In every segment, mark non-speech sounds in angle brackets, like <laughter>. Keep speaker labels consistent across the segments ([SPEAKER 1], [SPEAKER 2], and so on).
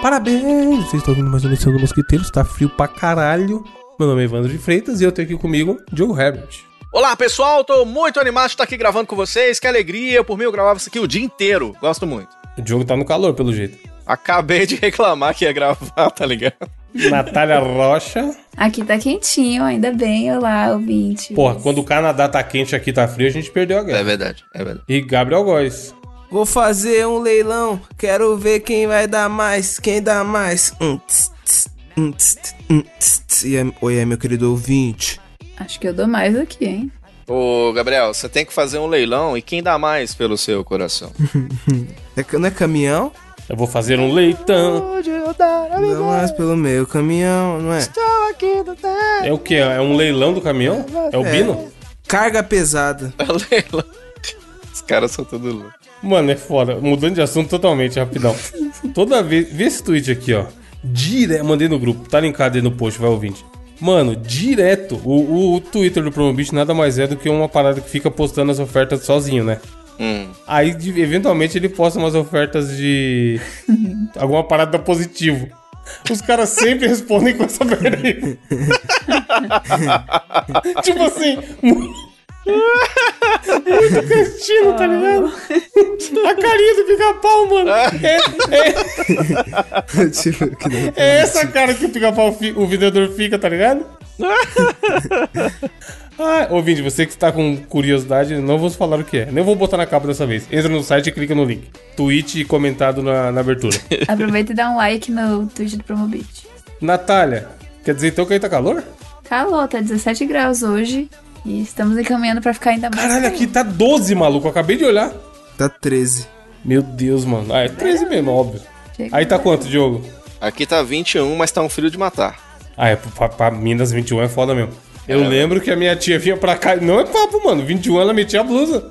[SPEAKER 1] Parabéns! Vocês estão ouvindo mais uma edição do Mosquiteiros, tá frio pra caralho. Meu nome é Evandro de Freitas e eu tenho aqui comigo Diogo Herbert.
[SPEAKER 2] Olá pessoal, tô muito animado de estar aqui gravando com vocês, que alegria, por mim eu gravava isso aqui o dia inteiro, gosto muito.
[SPEAKER 1] O Diogo tá no calor, pelo jeito.
[SPEAKER 2] Acabei de <laughs> reclamar que ia gravar, tá ligado?
[SPEAKER 1] <laughs> Natália Rocha.
[SPEAKER 3] Aqui tá quentinho, ainda bem. Olá, ouvinte.
[SPEAKER 1] Porra, quando o Canadá tá quente e aqui tá frio, a gente perdeu a
[SPEAKER 2] É
[SPEAKER 1] guerra.
[SPEAKER 2] verdade, é verdade.
[SPEAKER 1] E Gabriel Góes.
[SPEAKER 4] Vou fazer um leilão, quero ver quem vai dar mais, quem dá mais. Hum, tss, tss, hum, tss, tss, hum, tss, tss. E é- Oi, é meu querido ouvinte.
[SPEAKER 3] Acho que eu dou mais aqui,
[SPEAKER 1] <laughs>
[SPEAKER 3] hein?
[SPEAKER 2] Ô Gabriel, você tem que fazer um leilão e quem dá mais pelo seu coração? <laughs>
[SPEAKER 4] É ca- Não é caminhão?
[SPEAKER 1] Eu vou fazer um leitão.
[SPEAKER 4] Dá mais é pelo meu caminhão, não é?
[SPEAKER 1] É o quê? É um leilão do caminhão? É o Bino?
[SPEAKER 4] Carga pesada. <laughs>
[SPEAKER 2] É o leilão. Os caras são tudo loucos.
[SPEAKER 1] Mano, é foda. Mudando de assunto totalmente, rapidão. Toda vez. Vê esse tweet aqui, ó. Direto. Mandei no grupo, tá linkado aí no post, vai ouvinte. Mano, direto. O, o- o Twitter do Promobit nada mais é do que uma parada que fica postando as ofertas sozinho, né?
[SPEAKER 2] Hum.
[SPEAKER 1] Aí, de- eventualmente, ele posta umas ofertas de. alguma parada positivo. Os caras sempre respondem com essa merda aí. tipo assim. mu- Muito cretino, tá ligado? A carinha do pica-pau, mano. É,
[SPEAKER 4] tipo, que nem-
[SPEAKER 1] é- é essa cara que o pica-pau, fi- o vendedor fica, tá
[SPEAKER 2] <laughs>
[SPEAKER 1] ligado? Ah, ouvinte, você que está com curiosidade, não vou falar o que é. Nem vou botar na capa dessa vez. Entra no site e clica no link. Tweet comentado na, na
[SPEAKER 2] <laughs>
[SPEAKER 1] abertura.
[SPEAKER 3] Aproveita e dá um like no tweet do Promobit.
[SPEAKER 1] Natália, quer dizer então que aí tá calor?
[SPEAKER 3] Calor, tá 17 graus hoje. E estamos encaminhando pra ficar ainda mais.
[SPEAKER 1] Caralho,
[SPEAKER 3] calor.
[SPEAKER 1] aqui tá 12, maluco. Acabei de olhar.
[SPEAKER 4] Tá 13.
[SPEAKER 1] Meu Deus, mano. Ah, é 13 mesmo, óbvio.
[SPEAKER 3] Chega.
[SPEAKER 1] Aí tá quanto, Diogo?
[SPEAKER 2] Aqui tá 21, mas tá um filho de matar.
[SPEAKER 1] Ah, é, pra, pra Minas 21 é foda mesmo. Eu lembro que a minha tia vinha pra cá. Não é papo, mano. 21 ela metia a blusa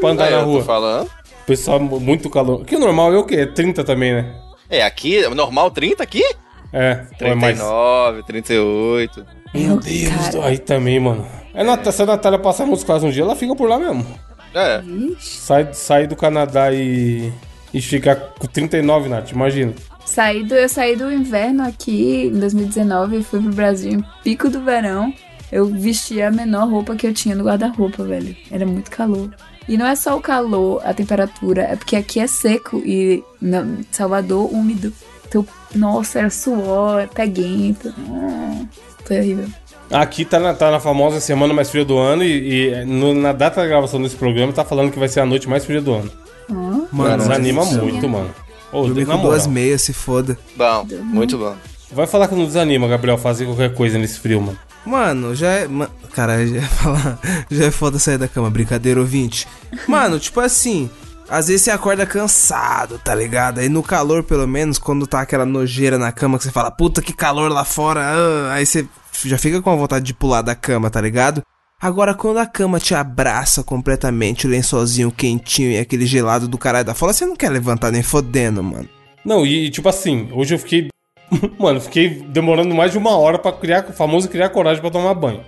[SPEAKER 1] pra andar
[SPEAKER 2] Aí
[SPEAKER 1] Tá na
[SPEAKER 2] eu tô
[SPEAKER 1] rua.
[SPEAKER 2] falando.
[SPEAKER 1] Pessoal, mu- muito calor. Que o normal é o quê? É 30 também, né?
[SPEAKER 2] É, aqui, normal 30 aqui?
[SPEAKER 1] É, ou é mais.
[SPEAKER 2] 39, 38.
[SPEAKER 1] Meu Deus,
[SPEAKER 3] Cara.
[SPEAKER 1] aí também, mano. É, Nat- Se a Natália passar nos quase um dia, ela fica por lá mesmo.
[SPEAKER 2] É,
[SPEAKER 3] Ixi.
[SPEAKER 1] Sai, sai do Canadá e. e fica com 39, Nath, imagina.
[SPEAKER 3] Saí do, eu saí do inverno aqui em 2019 e fui pro Brasil em pico do verão. Eu vesti a menor roupa que eu tinha no guarda-roupa, velho. Era muito calor. E não é só o calor, a temperatura, é porque aqui é seco e na- Salvador úmido. Então, nossa, era suor, é peguento. Ah, Foi horrível. <laughs>
[SPEAKER 1] Aqui tá na, tá na famosa semana mais fria do ano e, e no- na data da gravação desse programa tá falando que vai ser a noite mais fria do ano.
[SPEAKER 3] Ah,
[SPEAKER 1] Mano, desanima
[SPEAKER 4] Deus do céu.
[SPEAKER 1] muito, mano. Ô,
[SPEAKER 4] né? Dormi
[SPEAKER 1] na
[SPEAKER 4] com duas
[SPEAKER 1] moral.
[SPEAKER 4] meias, se foda.
[SPEAKER 2] bom, muito bom.
[SPEAKER 1] Vai falar que não desanima, Gabriel, fazer qualquer coisa nesse frio, mano.
[SPEAKER 4] Mano, já é. ma- Cara, já é <laughs> falar. Já é foda sair da cama, brincadeira, ouvinte. Mano, tipo assim. Às vezes você acorda cansado, tá ligado? Aí no calor, pelo menos, quando tá aquela nojeira na cama que você fala, puta que calor lá fora. ah", aí você já fica com a vontade de pular da cama, tá ligado? Agora, quando a cama te abraça completamente, o lençolzinho quentinho e aquele gelado do caralho da fora, você não quer levantar nem fodendo, mano.
[SPEAKER 1] Não, e, e tipo assim, hoje eu fiquei. <laughs> Mano, fiquei demorando mais de uma hora pra criar, o famoso criar coragem pra tomar banho.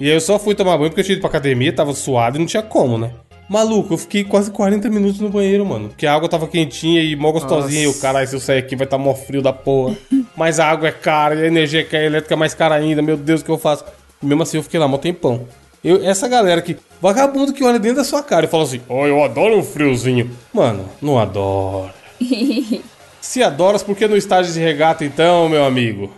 [SPEAKER 1] E aí eu só fui tomar banho porque eu tinha ido pra academia, tava suado e não tinha como, né? Maluco, eu fiquei quase 40 minutos no banheiro, mano. Porque a água tava quentinha e mó gostosinha. E o caralho, se eu sair aqui vai tá mó frio da porra. Mas a água é cara e a energia que é elétrica é mais cara ainda. Meu Deus, o que eu faço? E mesmo assim eu fiquei lá mó tempão. Eu, essa galera que. Vagabundo que olha dentro da sua cara e fala assim: Ó, eu adoro um friozinho. Mano, não adoro. Se adoras, por que no estágio de regata, então, meu amigo?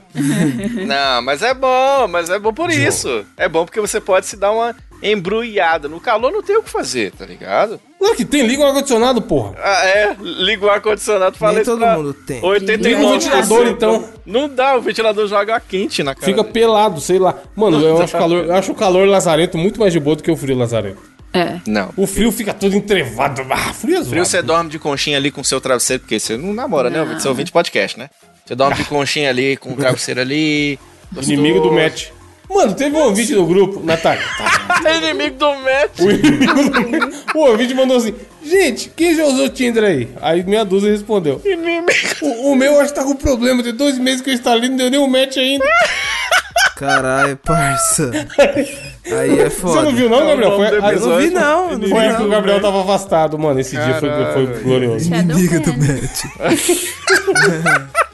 [SPEAKER 2] Não, mas é bom, mas é bom por isso. É bom porque você pode se dar uma embrulhada. No calor não tem o que fazer, tá ligado?
[SPEAKER 1] Claro que tem, liga o ar-condicionado, porra.
[SPEAKER 2] Ah, é, liga o ar-condicionado, fala
[SPEAKER 4] Nem
[SPEAKER 2] isso
[SPEAKER 4] todo
[SPEAKER 2] pra um
[SPEAKER 4] mundo tem.
[SPEAKER 2] 89.
[SPEAKER 1] Liga o ventilador, então.
[SPEAKER 2] Não dá, o ventilador joga quente na cara.
[SPEAKER 1] Fica
[SPEAKER 2] dele.
[SPEAKER 1] pelado, sei lá. Mano, eu acho, calor, eu acho o calor lazarento muito mais de boa do que o frio lazarento.
[SPEAKER 3] É.
[SPEAKER 2] Não.
[SPEAKER 1] O frio fica todo entrevado. Ah, frio é zoado.
[SPEAKER 2] Frio você dorme de conchinha ali com o seu travesseiro, porque você não namora, né? Ouvinte? Você é ouvinte de podcast, né? Você dorme de conchinha ali, com o travesseiro ali. gostoso.
[SPEAKER 1] <laughs> Inimigo do match. Mano, teve um ouvinte no grupo, Natália.
[SPEAKER 2] É <laughs> inimigo do match.
[SPEAKER 1] O, inimigo do <laughs> match. o ouvinte mandou assim: Gente, quem já usou Tinder aí? Aí meia dúzia respondeu:
[SPEAKER 2] Inimigo.
[SPEAKER 1] O, o meu acho que tá com problema, tem dois meses que eu instalei, não deu nenhum match ainda.
[SPEAKER 4] Caralho,
[SPEAKER 1] <laughs>
[SPEAKER 4] parça. Aí é foda.
[SPEAKER 1] Você não viu, não, Gabriel? Foi,
[SPEAKER 2] nome do
[SPEAKER 1] a-
[SPEAKER 4] Eu não vi, não. eu não vi,
[SPEAKER 1] Foi
[SPEAKER 4] não.
[SPEAKER 1] época que o Gabriel tava afastado, mano. Esse dia foi, foi glorioso.
[SPEAKER 3] Shadow
[SPEAKER 4] Inimiga do
[SPEAKER 3] Banner.
[SPEAKER 4] Matt.
[SPEAKER 1] <laughs>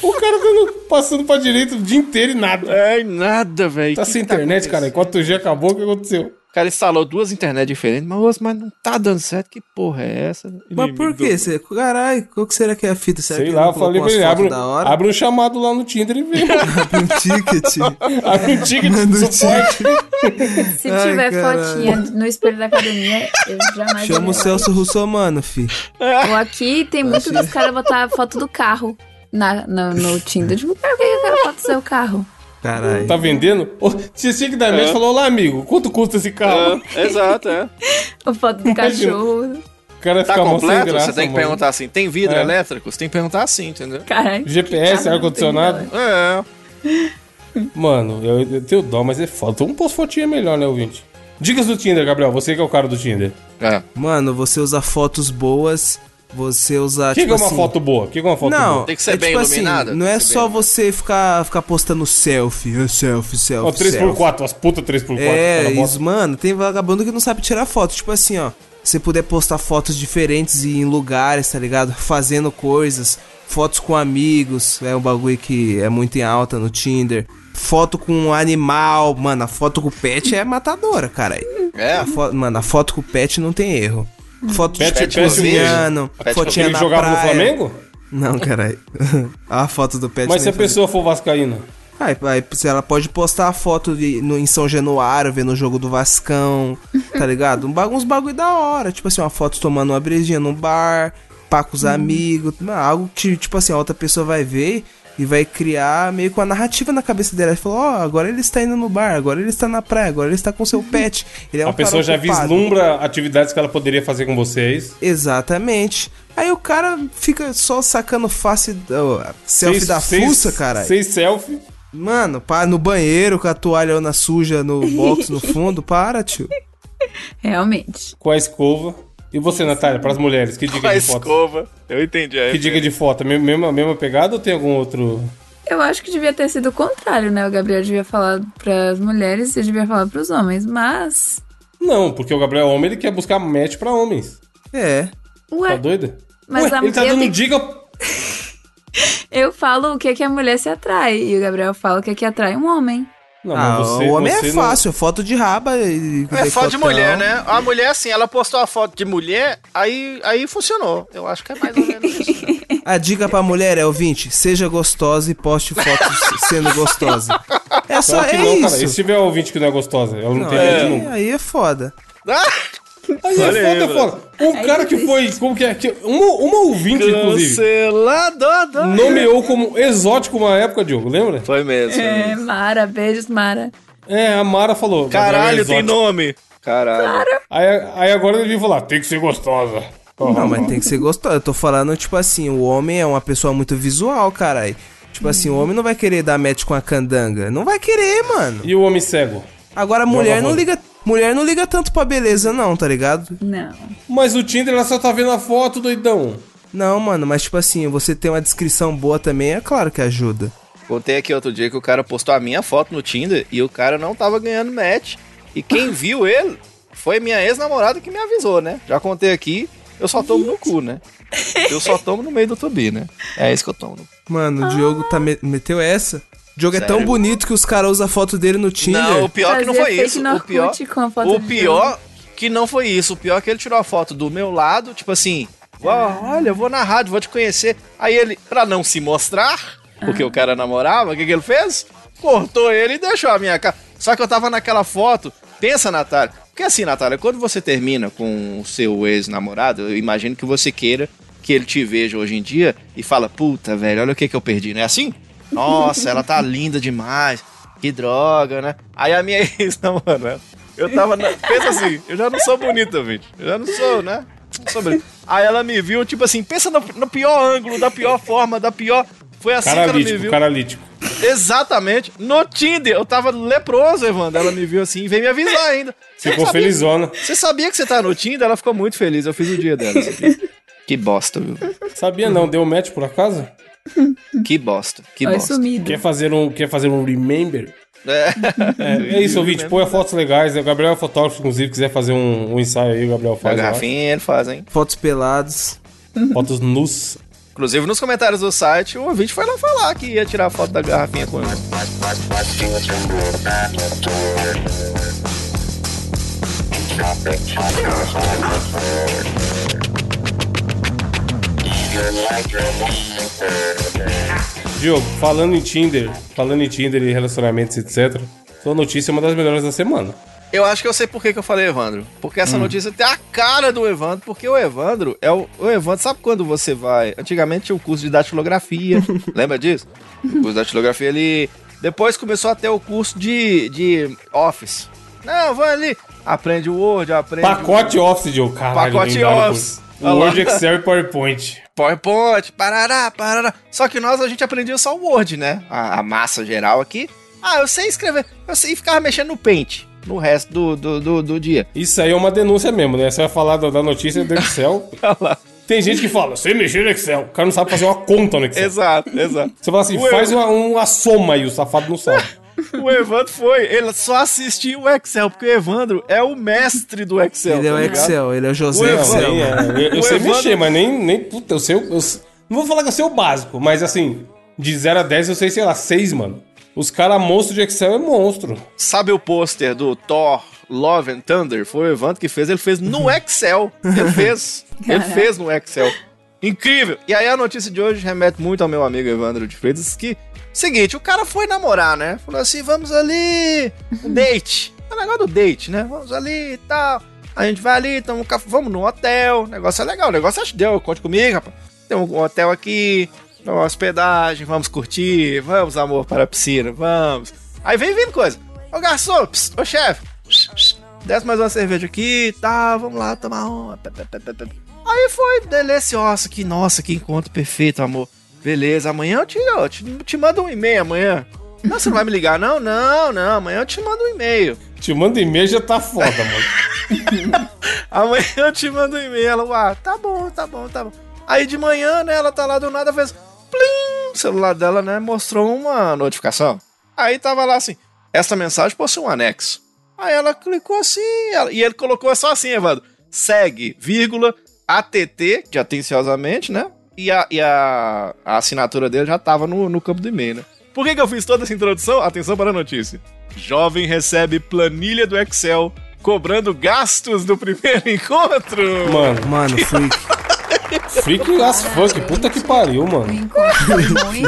[SPEAKER 1] O cara quando- passando pra direita o dia inteiro e nada.
[SPEAKER 2] É, nada, velho.
[SPEAKER 1] Tá
[SPEAKER 2] Que
[SPEAKER 1] sem
[SPEAKER 2] que tá
[SPEAKER 1] internet, cara.
[SPEAKER 2] acontecendo?
[SPEAKER 1] Enquanto o G acabou, o que aconteceu?
[SPEAKER 2] O cara instalou duas internet diferentes, mas, ô, mas não tá dando certo. Que porra é essa?
[SPEAKER 4] Mas por que? Cê, caralho, qual que será que é a fita? Será
[SPEAKER 1] Sei
[SPEAKER 4] que
[SPEAKER 1] lá,
[SPEAKER 4] ele
[SPEAKER 1] eu
[SPEAKER 4] não
[SPEAKER 1] falei
[SPEAKER 4] colocou
[SPEAKER 1] pra
[SPEAKER 4] umas
[SPEAKER 1] ele,
[SPEAKER 4] fotos
[SPEAKER 1] abre,
[SPEAKER 4] da hora?
[SPEAKER 1] abre um chamado lá no Tinder e vê.
[SPEAKER 4] Abre <laughs> um ticket.
[SPEAKER 1] <laughs> abre um
[SPEAKER 4] <laughs>
[SPEAKER 1] ticket
[SPEAKER 4] Manda
[SPEAKER 1] de
[SPEAKER 4] um
[SPEAKER 1] suporte.
[SPEAKER 4] ticket.
[SPEAKER 3] Se
[SPEAKER 4] Ai,
[SPEAKER 3] tiver
[SPEAKER 4] caralho.
[SPEAKER 3] fotinha no espelho da academia, eu jamais
[SPEAKER 4] <laughs> Chama o
[SPEAKER 3] olho.
[SPEAKER 4] Celso Russomano, fi.
[SPEAKER 3] Ou aqui tem muito dos caras botar foto do carro na, na- no Tinder. Tipo, por que eu quero foto do seu carro?
[SPEAKER 4] Caralho.
[SPEAKER 1] Tá vendendo? Ô, Tinha tinha que dar mesmo e falou, lá amigo, quanto custa esse carro?
[SPEAKER 2] É, exato, é.
[SPEAKER 3] Ou foto do
[SPEAKER 1] Imagina.
[SPEAKER 3] cachorro.
[SPEAKER 1] O cara
[SPEAKER 2] Tá
[SPEAKER 1] fica mó sem
[SPEAKER 2] completo?
[SPEAKER 1] graça,
[SPEAKER 2] você tem que
[SPEAKER 1] mano.
[SPEAKER 2] perguntar assim: tem vidro
[SPEAKER 1] É.
[SPEAKER 2] elétrico? Você tem que perguntar assim, entendeu?
[SPEAKER 3] Caralho. que
[SPEAKER 1] GPS,
[SPEAKER 3] carro
[SPEAKER 1] ar-condicionado.
[SPEAKER 2] É.
[SPEAKER 1] É.
[SPEAKER 2] <laughs>
[SPEAKER 1] Mano, eu, eu tenho dó, mas é foda. Então, um post fotinha é melhor, né, ouvinte? Dicas do Tinder, Gabriel. Você que é o cara do Tinder.
[SPEAKER 2] é.
[SPEAKER 4] Mano, você usa fotos boas, você usa.
[SPEAKER 1] O que,
[SPEAKER 4] tipo
[SPEAKER 1] que é uma
[SPEAKER 4] assim,
[SPEAKER 1] foto boa? O que, que é uma foto
[SPEAKER 4] não,
[SPEAKER 1] boa?
[SPEAKER 2] Tem que ser
[SPEAKER 4] é
[SPEAKER 2] bem
[SPEAKER 4] tipo assim,
[SPEAKER 2] iluminada,
[SPEAKER 4] não
[SPEAKER 2] tem
[SPEAKER 4] é
[SPEAKER 2] que ser
[SPEAKER 4] só
[SPEAKER 2] bem-
[SPEAKER 4] você ficar, ficar postando selfie, eh, selfie, selfie.
[SPEAKER 1] Ó,
[SPEAKER 4] selfie.
[SPEAKER 1] 3x4, as putas 3x4.
[SPEAKER 4] É,
[SPEAKER 1] cara, bota.
[SPEAKER 4] isso, mano, tem vagabundo que não sabe tirar foto. Tipo assim, ó. Se puder postar fotos diferentes e em lugares, tá ligado? Fazendo coisas, fotos com amigos, é um bagulho que é muito em alta no Tinder. Foto com um animal, mano, a foto com o pet é matadora, cara.
[SPEAKER 2] É.
[SPEAKER 4] A fo- Mano, a foto com o pet não tem erro. Foto
[SPEAKER 1] Pet- é
[SPEAKER 4] de
[SPEAKER 1] pet
[SPEAKER 4] pet cozinhando,
[SPEAKER 2] Pet
[SPEAKER 4] fotinha
[SPEAKER 1] Ele
[SPEAKER 4] na
[SPEAKER 1] jogava é no
[SPEAKER 4] praia. É
[SPEAKER 1] Flamengo?
[SPEAKER 4] Não, caralho. <laughs> a foto do pet
[SPEAKER 1] Mas se
[SPEAKER 4] nem
[SPEAKER 1] a
[SPEAKER 4] faz-
[SPEAKER 1] pessoa for vascaína?
[SPEAKER 4] Aí, aí se ela pode postar a foto de- no, em São Januário, vendo o jogo do Vascão, tá ligado? Um bagu- uns bagulho da hora. Tipo assim, uma foto tomando uma brejinha num bar, pá com os amigos. mano, Algo que, tipo assim, a outra pessoa vai ver e vai criar meio com a narrativa na cabeça dela. Ela falou, ó, agora ele está indo no bar, agora ele está na praia, agora ele está com seu pet. Ele é um
[SPEAKER 1] a pessoa já
[SPEAKER 4] cara ocupado.
[SPEAKER 1] vislumbra atividades que ela poderia fazer com vocês.
[SPEAKER 4] Exatamente. Aí o cara fica só sacando face, ó, selfie da fuça, caralho.
[SPEAKER 1] Seis selfie.
[SPEAKER 4] Mano, pá, no banheiro com a toalha na suja
[SPEAKER 2] <laughs>
[SPEAKER 4] no box no fundo, para, tio.
[SPEAKER 3] Realmente.
[SPEAKER 1] com a escova. E você, Natália, para as mulheres, que dica
[SPEAKER 2] A
[SPEAKER 1] de foto?
[SPEAKER 2] escova. Eu entendi.
[SPEAKER 1] Que dica de foto? Mesma- Mesma, mesma pegada ou tem algum outro?
[SPEAKER 3] Eu acho que devia ter sido o contrário, né? O Gabriel devia falar pras mulheres e eu devia falar pros homens. Mas.
[SPEAKER 1] Não, porque o Gabriel é homem, ele quer buscar match pra homens.
[SPEAKER 4] É.
[SPEAKER 1] Tá
[SPEAKER 3] Ué,
[SPEAKER 1] doida?
[SPEAKER 3] Mas
[SPEAKER 1] Ué,
[SPEAKER 3] a
[SPEAKER 1] ele tá
[SPEAKER 3] mulher
[SPEAKER 1] dando
[SPEAKER 3] tem-
[SPEAKER 1] dica.
[SPEAKER 3] eu falo o que, que a mulher se atrai. E o Gabriel fala o que, que atrai um homem.
[SPEAKER 1] Não,
[SPEAKER 4] ah,
[SPEAKER 1] mas você,
[SPEAKER 4] o homem
[SPEAKER 1] você
[SPEAKER 4] é
[SPEAKER 1] não-
[SPEAKER 4] fácil, foto de raba e.
[SPEAKER 2] É foto de
[SPEAKER 4] decotão.
[SPEAKER 2] mulher, né? A mulher, assim, ela postou a foto de mulher, aí, aí funcionou. Eu acho que é mais ou menos isso. né?
[SPEAKER 4] A dica pra mulher é, ouvinte, seja gostosa e poste fotos
[SPEAKER 2] <laughs>
[SPEAKER 4] sendo gostosa. É só,
[SPEAKER 1] Só que
[SPEAKER 4] é
[SPEAKER 1] não, cara. E
[SPEAKER 4] isso.
[SPEAKER 1] se tiver ouvinte que não é gostosa, ela não,
[SPEAKER 4] Não,
[SPEAKER 1] tem match
[SPEAKER 4] aí,
[SPEAKER 1] nunca.
[SPEAKER 4] aí é foda.
[SPEAKER 2] Ah,
[SPEAKER 1] Aí é
[SPEAKER 2] Olha
[SPEAKER 1] foda,
[SPEAKER 2] aí,
[SPEAKER 1] é
[SPEAKER 2] mano.
[SPEAKER 1] foda. Um cara que foi. Como que é? Que, uma, uma ouvinte, inclusive,
[SPEAKER 2] Cancelador.
[SPEAKER 1] nomeou como exótico uma época, Diogo, lembra?
[SPEAKER 2] Foi mesmo. foi mesmo.
[SPEAKER 3] É, Mara, beijos, Mara.
[SPEAKER 1] É, a Mara falou. Gabriel é
[SPEAKER 2] Caralho, tem
[SPEAKER 1] exótico.
[SPEAKER 2] nome. Caralho.
[SPEAKER 1] Aí, aí agora ele veio falar, tem que ser gostosa.
[SPEAKER 4] Não, mas tem que ser gostosa. Eu tô falando, tipo assim, o homem é uma pessoa muito visual, caralho. Tipo assim, o homem não vai querer dar match com a candanga. Não vai querer, mano.
[SPEAKER 1] E o homem cego?
[SPEAKER 4] Agora a mulher não
[SPEAKER 1] vôlei.
[SPEAKER 4] liga. Mulher não liga tanto pra beleza, não, tá ligado?
[SPEAKER 3] Não.
[SPEAKER 1] Mas o Tinder ela só tá vendo a foto, doidão.
[SPEAKER 4] Não, mano, mas tipo assim, você ter uma descrição boa também, é claro que ajuda.
[SPEAKER 2] Contei aqui outro dia que o cara postou a minha foto no Tinder e o cara não tava ganhando match. E <laughs> quem viu ele foi minha ex-namorada que me avisou, né? Já contei aqui, eu só tomo no cu, né? Eu só tomo no meio do tubi, né? É isso que eu tomo. no cu.
[SPEAKER 4] Mano,
[SPEAKER 3] Ah.
[SPEAKER 4] o Diogo tá me- meteu essa. O Diogo é
[SPEAKER 2] Sério?
[SPEAKER 4] tão bonito que os caras usam a foto dele no Tinder.
[SPEAKER 2] Não, o pior que não
[SPEAKER 3] Fazia
[SPEAKER 2] foi
[SPEAKER 3] fake
[SPEAKER 2] isso.
[SPEAKER 3] no
[SPEAKER 2] O pior,
[SPEAKER 3] Orkut com a foto
[SPEAKER 2] o
[SPEAKER 3] de
[SPEAKER 2] pior que não foi isso. O pior é que ele tirou a foto do meu lado, tipo assim, "Ó, olha, eu vou na rádio, vou te conhecer. Aí ele, pra não se mostrar, porque
[SPEAKER 3] Ah.
[SPEAKER 2] o cara namorava, o que, que ele fez? Cortou ele e deixou a minha cara. Só que eu tava naquela foto, pensa, Natália. Porque assim, Natália, quando você termina com o seu ex-namorado, eu imagino que você queira que ele te veja hoje em dia e fala, puta, velho, olha o que, que eu perdi, não é assim? Nossa, ela tá linda demais. Que droga, né? Aí a minha <laughs> ex-namorada, eu tava. Na... Pensa assim, eu já não sou bonita, velho. Eu já não sou, né? Não sou bonita. Aí ela me viu, tipo assim, pensa no, no pior ângulo, da pior forma, da pior. Foi assim que ela me
[SPEAKER 1] Caralítico,
[SPEAKER 2] viu.
[SPEAKER 1] caralítico.
[SPEAKER 2] Exatamente. No Tinder, eu tava leproso, Evandro. Ela me viu assim e veio me avisar ainda. Você
[SPEAKER 1] Ficou
[SPEAKER 2] sabia-
[SPEAKER 1] felizona.
[SPEAKER 2] Você sabia que você tá no Tinder? Ela ficou muito feliz. Eu fiz o dia dela. sabia? Que bosta, viu?
[SPEAKER 1] Sabia não, deu match por acaso?
[SPEAKER 2] Que bosta. Que
[SPEAKER 3] Olha,
[SPEAKER 2] bosta.
[SPEAKER 3] sumido.
[SPEAKER 1] Quer fazer um, quer fazer um remember?
[SPEAKER 2] É.
[SPEAKER 1] É, é isso, ouvinte, põe fotos legais. né? O Gabriel é fotógrafo, inclusive, quiser fazer um, um ensaio aí, o Gabriel
[SPEAKER 2] A
[SPEAKER 1] faz. lá.
[SPEAKER 2] garrafinha ele faz, hein?
[SPEAKER 4] Fotos pelados.
[SPEAKER 1] Fotos nus.
[SPEAKER 2] Inclusive nos comentários do site, o ouvinte foi lá falar que ia tirar foto da garrafinha com ele.
[SPEAKER 1] Diogo, falando em Tinder, falando em Tinder e relacionamentos, etc., sua notícia é uma das melhores da semana.
[SPEAKER 2] Eu acho que eu sei por que, que eu falei Evandro. Porque
[SPEAKER 1] Hum.
[SPEAKER 2] essa notícia Ah, tem a cara do Evandro, porque o Evandro é o, o Evandro, sabe quando você vai? Antigamente tinha o curso
[SPEAKER 1] <laughs>
[SPEAKER 2] de datilografia, lembra disso? O curso de datilografia ali. Depois começou a ter o curso de, de Office. Não, vai ali, aprende o Word, aprende
[SPEAKER 1] Pacote Office, Diogo, caralho.
[SPEAKER 2] Pacote
[SPEAKER 1] lendário,
[SPEAKER 2] Office.
[SPEAKER 1] pô.
[SPEAKER 2] Olha lá.
[SPEAKER 1] Word, Excel e PowerPoint.
[SPEAKER 2] o PowerPoint, parará, parará. Só que nós a gente aprendia só o Word, né? A, a massa geral aqui. Ah, eu sei escrever, eu sei ficar mexendo no Paint no resto do, do, do, do dia.
[SPEAKER 1] Isso aí é uma denúncia mesmo, né? Você vai falar da, da notícia do Excel.
[SPEAKER 2] <laughs> Olha lá.
[SPEAKER 1] Tem gente que fala, você mexeu no Excel. O cara não sabe fazer uma conta no Excel.
[SPEAKER 2] Exato, exato.
[SPEAKER 1] Você fala assim,
[SPEAKER 2] O
[SPEAKER 1] faz uma, uma soma aí, o safado não sabe.
[SPEAKER 2] <laughs> O Evandro foi, ele só assistiu o Excel, porque o Evandro é o mestre do Excel.
[SPEAKER 4] Ele é o
[SPEAKER 2] tá ligado?
[SPEAKER 4] Excel, ele é o
[SPEAKER 2] O
[SPEAKER 4] José
[SPEAKER 1] Não,
[SPEAKER 2] Evandro-
[SPEAKER 4] Excel.
[SPEAKER 1] nem,
[SPEAKER 4] mano.
[SPEAKER 1] é, eu, eu
[SPEAKER 2] O
[SPEAKER 1] sei
[SPEAKER 2] Evandro-
[SPEAKER 1] mexer, mas nem, nem puta, eu sei. eu- eu sei- não vou falar que eu sei o básico, mas assim, de 0 a 10 eu sei, sei lá, 6, mano. Os caras monstro de Excel é monstro.
[SPEAKER 2] Sabe o pôster do Thor Love and Thunder? Foi o Evandro que fez, ele fez no Excel. Ele fez, ele
[SPEAKER 3] Caraca.
[SPEAKER 2] fez no Excel. Incrível! E aí a notícia de hoje remete muito ao meu amigo Evandro de Freitas, que... Seguinte, o cara foi namorar, né? Falou assim, vamos ali, um date. É o negócio do date, né? Vamos ali e tal. A gente vai ali, toma um café, vamos num hotel. O negócio é legal, o negócio é deu, conte comigo, rapaz. Tem um hotel aqui, uma hospedagem, vamos curtir, vamos, amor, para a piscina, vamos. Aí vem vindo coisa. Ô garçom, psst, ô chefe, psst, psst, desce mais uma cerveja aqui, tá, vamos lá tomar uma. pá, pá, pá, pá, pá. Aí foi deliciosa, que nossa, que encontro perfeito, amor. Beleza, amanhã eu te, eu te, te mando um e-mail amanhã. Não, você não vai me ligar, não? Não, não, amanhã eu te mando um e-mail.
[SPEAKER 1] Te manda e-mail já tá foda, mano. <laughs>
[SPEAKER 2] Amanhã eu te mando um e-mail. Ela, ah, tá bom, tá bom, tá bom. Aí de manhã, né, ela tá lá do nada, fez plim, o celular dela, né, mostrou uma notificação. Aí tava lá assim, esta mensagem possui um anexo. Aí ela clicou assim, ela- e ele colocou só assim, Evandro, segue, vírgula, ATT, de atenciosamente, né, e a, e a, a assinatura dele já tava no, no campo do e-mail, né. Por que, que eu fiz toda essa introdução? Atenção para a notícia. Jovem recebe planilha do Excel cobrando gastos do primeiro <laughs> encontro.
[SPEAKER 1] Mano, <laughs>
[SPEAKER 4] Mano, freak.
[SPEAKER 1] freak as fuck, puta que pariu,
[SPEAKER 2] é
[SPEAKER 3] Um
[SPEAKER 1] mano.
[SPEAKER 3] encontro ruim.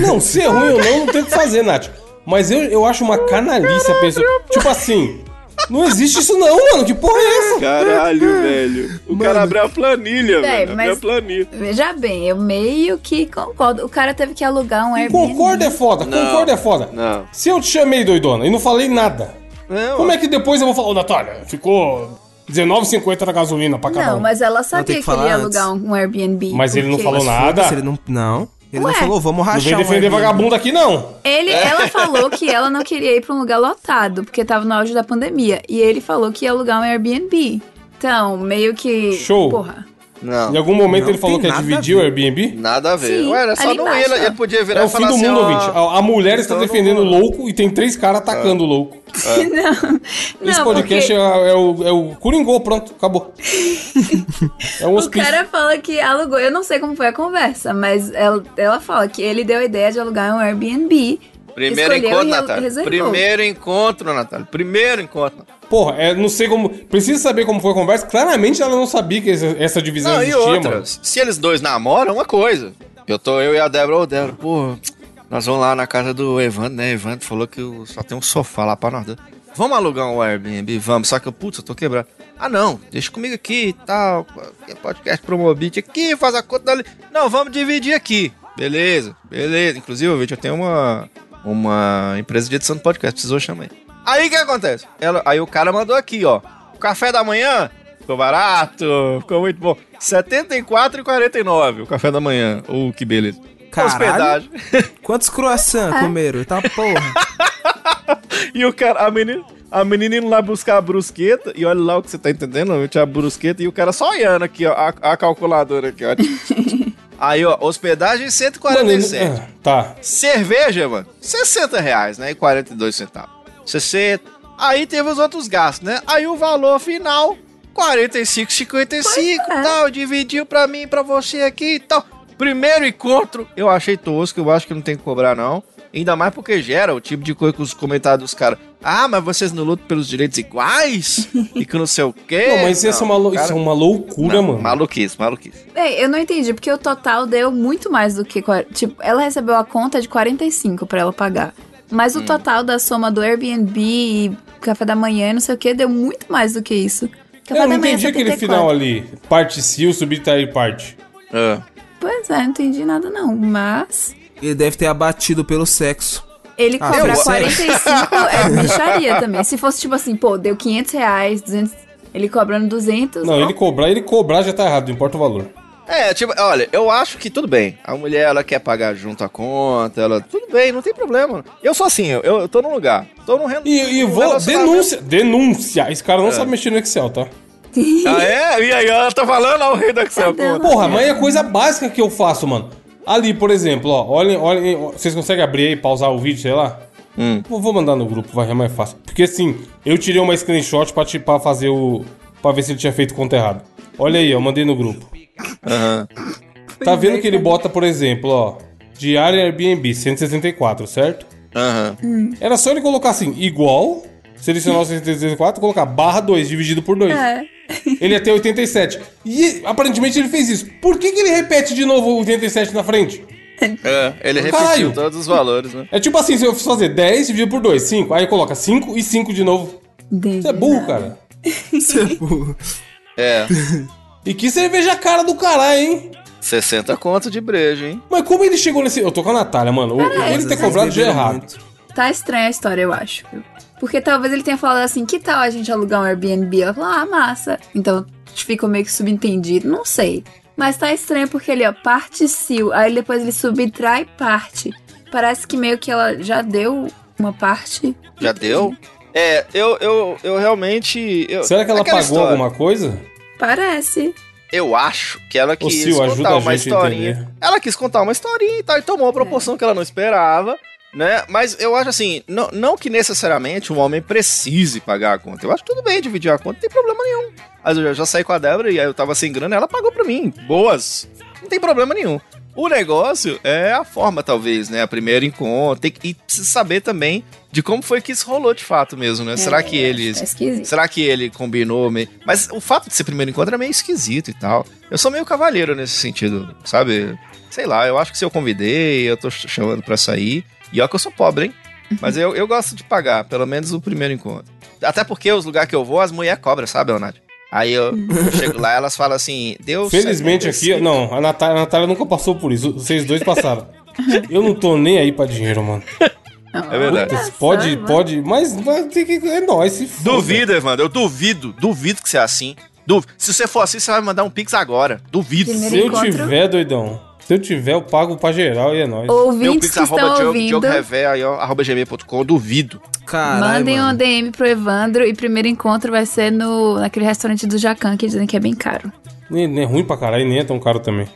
[SPEAKER 1] Não, ser ruim ou não, não tem o que fazer, Nath. Mas eu, eu acho uma canalice a pessoa. Tipo assim, não existe isso não, mano. Que porra é essa?
[SPEAKER 2] Caralho, <laughs> velho. O cara abriu a planilha,
[SPEAKER 3] Véi,
[SPEAKER 2] velho. Abriu
[SPEAKER 3] mas-
[SPEAKER 2] a planilha.
[SPEAKER 3] Veja bem, eu meio que concordo. O cara teve que alugar um Airbnb.
[SPEAKER 4] né?
[SPEAKER 1] Concorda é foda, concorda é foda.
[SPEAKER 2] Não.
[SPEAKER 1] Se eu te chamei, doidona, e não falei nada,
[SPEAKER 2] Não,
[SPEAKER 1] Como é que depois eu vou falar, ô Natália, ficou 19,50 na gasolina pra
[SPEAKER 4] Tá
[SPEAKER 1] cada
[SPEAKER 3] Não,
[SPEAKER 1] um.
[SPEAKER 3] mas ela
[SPEAKER 4] tem
[SPEAKER 3] sabia
[SPEAKER 4] que
[SPEAKER 3] que ele
[SPEAKER 4] falar
[SPEAKER 3] ia
[SPEAKER 4] antes.
[SPEAKER 3] alugar um um Airbnb.
[SPEAKER 1] Mas ele não
[SPEAKER 3] porque-
[SPEAKER 1] falou nada.
[SPEAKER 4] Foda-se, Ele não, não. Ele não
[SPEAKER 3] Ué.
[SPEAKER 4] falou, vamos
[SPEAKER 1] Não
[SPEAKER 4] rachar
[SPEAKER 1] vem
[SPEAKER 4] um
[SPEAKER 1] defender
[SPEAKER 4] Airbnb.
[SPEAKER 1] vagabundo aqui, não.
[SPEAKER 3] Ele, ela falou que ela não queria ir pra um lugar lotado, porque tava no auge da pandemia. E ele falou que ia alugar um Airbnb. Então, meio que.
[SPEAKER 1] Show.
[SPEAKER 3] Porra.
[SPEAKER 1] Em
[SPEAKER 2] Não.
[SPEAKER 1] algum momento
[SPEAKER 4] Não
[SPEAKER 1] ele falou
[SPEAKER 4] tem
[SPEAKER 1] que ia
[SPEAKER 4] nada
[SPEAKER 1] dividir
[SPEAKER 4] a
[SPEAKER 1] o
[SPEAKER 4] ver.
[SPEAKER 1] Airbnb.
[SPEAKER 2] Nada a ver.
[SPEAKER 3] Sim,
[SPEAKER 2] Ué, era só
[SPEAKER 3] ali
[SPEAKER 2] não
[SPEAKER 3] embaixo,
[SPEAKER 2] ele,
[SPEAKER 3] ó.
[SPEAKER 2] ele podia virar
[SPEAKER 1] É
[SPEAKER 2] e
[SPEAKER 1] o fim
[SPEAKER 2] falar
[SPEAKER 1] do
[SPEAKER 2] assim,
[SPEAKER 1] mundo,
[SPEAKER 2] ó,
[SPEAKER 1] ouvinte. A, a mulher está
[SPEAKER 2] então não
[SPEAKER 1] defendendo o
[SPEAKER 2] vou. Ah.
[SPEAKER 1] louco e tem três caras atacando o louco.
[SPEAKER 3] <laughs> Não.
[SPEAKER 1] É. Esse
[SPEAKER 3] não,
[SPEAKER 1] podcast
[SPEAKER 3] porque...
[SPEAKER 1] é, é o, é o Coringô, pronto,
[SPEAKER 4] <laughs>
[SPEAKER 1] acabou. é um
[SPEAKER 3] O
[SPEAKER 1] hospício.
[SPEAKER 3] cara fala que alugou. Eu não sei como foi a conversa, mas ela, ela fala que ele deu a ideia de alugar um Airbnb.
[SPEAKER 2] Primeiro
[SPEAKER 3] escolheu
[SPEAKER 2] encontro,
[SPEAKER 3] e
[SPEAKER 2] Natália.
[SPEAKER 3] reservou.
[SPEAKER 2] Primeiro encontro, Natália. Primeiro encontro.
[SPEAKER 1] Porra, é, não sei como. Precisa saber como foi a conversa. Claramente ela não sabia que essa, essa divisão
[SPEAKER 2] Não, e
[SPEAKER 1] existia,
[SPEAKER 2] outra,
[SPEAKER 1] mano.
[SPEAKER 2] se eles dois namoram, é uma coisa. Eu tô, eu e a Débora, ô Débora, pô, nós vamos lá na casa do Evandro, né? Evandro falou que o- só tem um sofá lá pra nós dois. Vamos alugar um Airbnb, vamos, só que eu, putz, eu tô quebrado. Ah não, deixa comigo aqui e tal, tem podcast Promobit aqui, faz a conta dali. Não, vamos dividir aqui. Beleza, beleza. Inclusive, ouvinte, eu tenho uma, uma empresa de edição de podcast, precisou chamar aí. Aí o que acontece? Ela- aí o cara mandou aqui, ó. O café da manhã ficou barato, ficou muito bom. R$ 74,49 o café da manhã. Uh, que beleza.
[SPEAKER 4] Caralho.
[SPEAKER 2] Hospedagem.
[SPEAKER 4] Quantos
[SPEAKER 3] É.
[SPEAKER 4] croissants comeram? Tá porra.
[SPEAKER 2] E o cara, a menina, a menina indo lá buscar a brusqueta, e olha lá o que você tá entendendo, eu tinha a brusqueta, e o cara só olhando aqui, ó, a, a calculadora aqui, ó. Aí, ó, hospedagem
[SPEAKER 1] Mano,
[SPEAKER 2] 147.
[SPEAKER 1] ah, tá.
[SPEAKER 2] Cerveja, mano, 60 reais, né? E 42 centavos. 60. Aí teve os outros gastos, né? Aí o valor final 45, 55 tal, dividiu pra mim, pra você aqui e tal. Primeiro encontro, eu achei tosco, eu acho que não tem que cobrar, não. Ainda mais porque gera o tipo de coisa que os comentários dos caras. Ah, mas vocês não lutam pelos direitos iguais? E que não sei o quê.
[SPEAKER 1] Não, mas isso, é, uma, lou-
[SPEAKER 2] cara,
[SPEAKER 1] isso é um uma loucura,
[SPEAKER 2] não,
[SPEAKER 1] mano.
[SPEAKER 2] Maluquice, maluquice.
[SPEAKER 3] Bem, eu não entendi, porque o total deu muito mais do que. quar- Tipo, ela recebeu a conta de 45 pra ela pagar. Mas
[SPEAKER 4] Hum.
[SPEAKER 3] o total da soma do Airbnb e café da manhã e não sei o que deu muito mais do que isso.
[SPEAKER 1] Eu
[SPEAKER 3] Café
[SPEAKER 1] não
[SPEAKER 3] da manhã, é
[SPEAKER 1] entendi aquele
[SPEAKER 3] 74.
[SPEAKER 1] final ali. Parte sil, subtrair tá parte.
[SPEAKER 2] Ah.
[SPEAKER 3] Pois é, não entendi nada não. Mas
[SPEAKER 4] Ele deve ter abatido pelo sexo.
[SPEAKER 3] ele
[SPEAKER 4] Ah,
[SPEAKER 3] cobrar
[SPEAKER 4] eu-
[SPEAKER 3] 45 é
[SPEAKER 4] <laughs>
[SPEAKER 3] bicharia também. Se fosse tipo assim, pô, deu 500 reais, 200, ele cobrando 200.
[SPEAKER 1] Não, ele cobrar, ele cobrar já tá errado, não importa o valor.
[SPEAKER 2] É, tipo, olha, eu acho que tudo bem. A mulher, ela quer pagar junto a conta, ela. Tudo bem, não tem problema. Eu sou assim, eu, eu tô num lugar.
[SPEAKER 1] <laughs>
[SPEAKER 2] Tô num reno-
[SPEAKER 1] E, e
[SPEAKER 2] num
[SPEAKER 1] vou.
[SPEAKER 2] relacionamento.
[SPEAKER 1] Denúncia! Denúncia! Esse cara não
[SPEAKER 2] É.
[SPEAKER 1] sabe mexer no Excel, tá?
[SPEAKER 2] Ah, é? E aí, ela tá falando ao rei da Excel.
[SPEAKER 3] Cadê
[SPEAKER 2] pô.
[SPEAKER 3] ela?
[SPEAKER 1] Porra, mas é coisa básica que eu faço, mano. Ali, por exemplo, ó, olhem, olhem, ó, vocês conseguem abrir aí, pausar o vídeo, sei lá?
[SPEAKER 2] Hum.
[SPEAKER 1] Vou vou mandar no grupo, vai, é mais fácil. Porque assim, eu tirei uma screenshot pra, te- pra fazer o. pra ver se ele tinha feito conta errada. Olha aí, ó, mandei no grupo.
[SPEAKER 2] Aham.
[SPEAKER 1] Tá vendo que ele bota, por exemplo, ó, diário Airbnb, 164, certo?
[SPEAKER 2] Aham.
[SPEAKER 1] Era só ele colocar assim, igual, selecionar o 164, colocar barra 2 dividido por 2.
[SPEAKER 3] É.
[SPEAKER 1] Ele ia ter 87. E aparentemente ele fez isso. Por que, que ele repete de novo o 87 na frente?
[SPEAKER 2] É, ele repetiu
[SPEAKER 1] Caralho.
[SPEAKER 2] todos os valores, né?
[SPEAKER 1] É tipo assim, se eu fazer 10 dividido por 2, 5. Aí coloca 5 e 5 de novo.
[SPEAKER 3] Entendi
[SPEAKER 1] Você é burro,
[SPEAKER 3] nada.
[SPEAKER 1] cara.
[SPEAKER 4] Isso é burro.
[SPEAKER 2] É,
[SPEAKER 1] E que cerveja cara do caralho, hein?
[SPEAKER 2] 60 conto de brejo, hein?
[SPEAKER 1] Mas como ele chegou nesse. Eu tô com a Natália, mano. O- ele ter
[SPEAKER 4] Vocês
[SPEAKER 1] cobrado de
[SPEAKER 4] beberam
[SPEAKER 1] errado.
[SPEAKER 4] muito.
[SPEAKER 3] Tá estranha a história, eu acho. Porque talvez ele tenha falado assim, que tal a gente alugar um Airbnb? Ela falou, ah, massa. Então ficou meio que subentendido, não sei. Mas tá estranho porque ele, ó, parte sil, aí depois ele subtrai parte. Parece que meio que ela já deu uma parte.
[SPEAKER 2] Já deu? É, eu, eu, eu realmente. eu-
[SPEAKER 1] Será que ela
[SPEAKER 2] aquela
[SPEAKER 1] pagou
[SPEAKER 2] história.
[SPEAKER 1] alguma coisa?
[SPEAKER 3] Parece.
[SPEAKER 2] Eu acho que ela
[SPEAKER 1] Ô,
[SPEAKER 2] quis
[SPEAKER 1] Sil,
[SPEAKER 2] contar
[SPEAKER 1] ajuda a
[SPEAKER 2] uma
[SPEAKER 1] gente a
[SPEAKER 2] historinha.
[SPEAKER 1] entender.
[SPEAKER 2] Ela quis contar uma historinha e tal, e tomou a proporção que ela não esperava, né? Mas eu acho assim, não, não que necessariamente um homem precise pagar a conta. Eu acho que tudo bem dividir a conta, não tem problema nenhum. Mas eu já, já saí com a Débora e aí eu tava sem grana, ela pagou pra mim. Boas. Não tem problema nenhum. O negócio é a forma, talvez, né? A primeira encontro. Tem que, e precisa saber também de como foi que isso rolou de fato mesmo, né? Será que eles
[SPEAKER 3] É esquisito.
[SPEAKER 2] Será que ele combinou? me- Mas o fato de ser primeiro encontro é meio esquisito e tal. Eu sou meio cavalheiro nesse sentido, sabe? Sei lá, eu acho que se eu convidei, eu tô ch- chamando pra sair. E ó que eu sou pobre, hein? Mas eu, eu gosto de pagar, pelo menos o primeiro encontro. Até porque os lugares que eu vou, as mulheres cobram, sabe, Leonardo? Aí
[SPEAKER 3] <laughs>
[SPEAKER 2] eu chego lá, elas falam assim, Deus...
[SPEAKER 1] Felizmente aqui. Não, a Natália, a Natália nunca passou por isso. Vocês dois passaram. Eu não tô nem aí pra dinheiro, mano.
[SPEAKER 2] É verdade.
[SPEAKER 1] Putz, pode, pode. Mas, mas tem que, é nóis. Se foda.
[SPEAKER 2] Duvido, Evandro, eu duvido, duvido que você é assim. Duvido. Se você for assim, você vai me mandar um pix agora. Duvido.
[SPEAKER 3] Primeiro
[SPEAKER 1] Se eu
[SPEAKER 3] encontro.
[SPEAKER 1] tiver, doidão. Se eu tiver, eu pago pra geral e é nóis.
[SPEAKER 2] Meu
[SPEAKER 3] Ouvintes
[SPEAKER 2] pix
[SPEAKER 3] que estão
[SPEAKER 2] arroba Diogo-
[SPEAKER 3] ouvindo,
[SPEAKER 2] Diogo Revé, aí, ó, arroba gmail.com, duvido.
[SPEAKER 4] Caralho,
[SPEAKER 3] mandem
[SPEAKER 4] mano.
[SPEAKER 3] um DM pro Evandro e primeiro encontro vai ser no, naquele restaurante do Jacan, que dizem que é bem caro.
[SPEAKER 1] Nem, nem é ruim pra caralho, nem é tão caro também.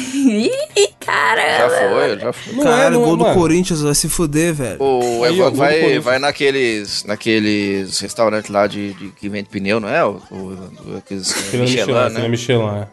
[SPEAKER 3] Ih,
[SPEAKER 2] Já
[SPEAKER 3] caramba!
[SPEAKER 2] foi, já foi.
[SPEAKER 3] um-
[SPEAKER 1] Não é,
[SPEAKER 4] Caralho,
[SPEAKER 1] não
[SPEAKER 4] o
[SPEAKER 1] é,
[SPEAKER 4] gol do
[SPEAKER 1] mano.
[SPEAKER 4] Corinthians vai se fuder, velho.
[SPEAKER 2] O
[SPEAKER 1] Aí, ó,
[SPEAKER 2] Evandro
[SPEAKER 1] Globo
[SPEAKER 2] vai,
[SPEAKER 1] Corinthians.
[SPEAKER 2] vai naqueles, naqueles restaurantes lá de, de que vende pneu, não é? O, o, o- aqueles
[SPEAKER 1] Filé Michelin,
[SPEAKER 2] Michelin,
[SPEAKER 1] filé
[SPEAKER 2] né?
[SPEAKER 1] Michelin, é.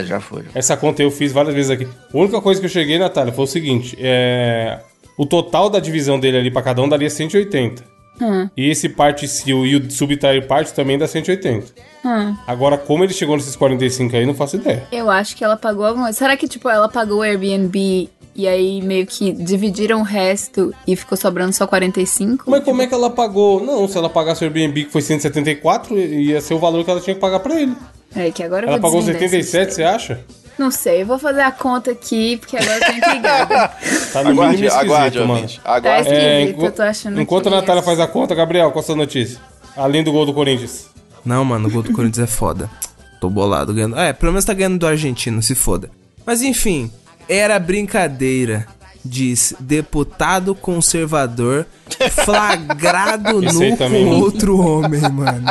[SPEAKER 2] É, já foi. já foi.
[SPEAKER 1] Essa conta eu fiz várias vezes aqui. A única coisa que eu cheguei, Natália, foi o seguinte: é... o total da divisão dele ali pra cada um daria 180.
[SPEAKER 3] Hum.
[SPEAKER 1] E esse parte seal e o subtrair parte também dá 180.
[SPEAKER 3] Hum.
[SPEAKER 1] Agora, como ele chegou nesses 45 aí, não faço ideia.
[SPEAKER 3] Eu acho que ela pagou alguma Será que, tipo, ela pagou o Airbnb e aí meio que dividiram o resto e ficou sobrando só 45?
[SPEAKER 1] Mas como é que ela pagou? Não, se ela pagasse o Airbnb que foi 174, ia ser o valor que ela tinha que pagar pra ele.
[SPEAKER 3] Peraí, que agora eu
[SPEAKER 1] Ela
[SPEAKER 3] vou
[SPEAKER 1] pagou
[SPEAKER 3] desvendar essa
[SPEAKER 1] 77, você
[SPEAKER 3] história.
[SPEAKER 1] acha?
[SPEAKER 3] Não sei, eu vou fazer a conta aqui, porque agora eu tô
[SPEAKER 2] <laughs>
[SPEAKER 3] intrigada.
[SPEAKER 1] Tá no mínimo
[SPEAKER 2] Aguarde,
[SPEAKER 1] esquisito,
[SPEAKER 2] aguarde,
[SPEAKER 1] mano.
[SPEAKER 2] ouvinte.
[SPEAKER 3] tá
[SPEAKER 2] Aguarde.
[SPEAKER 3] esquisito,
[SPEAKER 1] enqu-
[SPEAKER 3] eu tô achando
[SPEAKER 1] Enquanto
[SPEAKER 3] que
[SPEAKER 1] a Natália
[SPEAKER 3] isso-
[SPEAKER 1] faz a conta, Gabriel, qual a sua notícia? Além do gol do Corinthians.
[SPEAKER 4] Não, mano, o gol do Corinthians é foda. Tô bolado ganhando. É, pelo menos tá ganhando do argentino, se foda. Mas enfim, era brincadeira. Diz deputado conservador flagrado
[SPEAKER 1] Esse aí
[SPEAKER 4] nu
[SPEAKER 1] também,
[SPEAKER 4] com
[SPEAKER 1] mano.
[SPEAKER 4] outro homem, mano.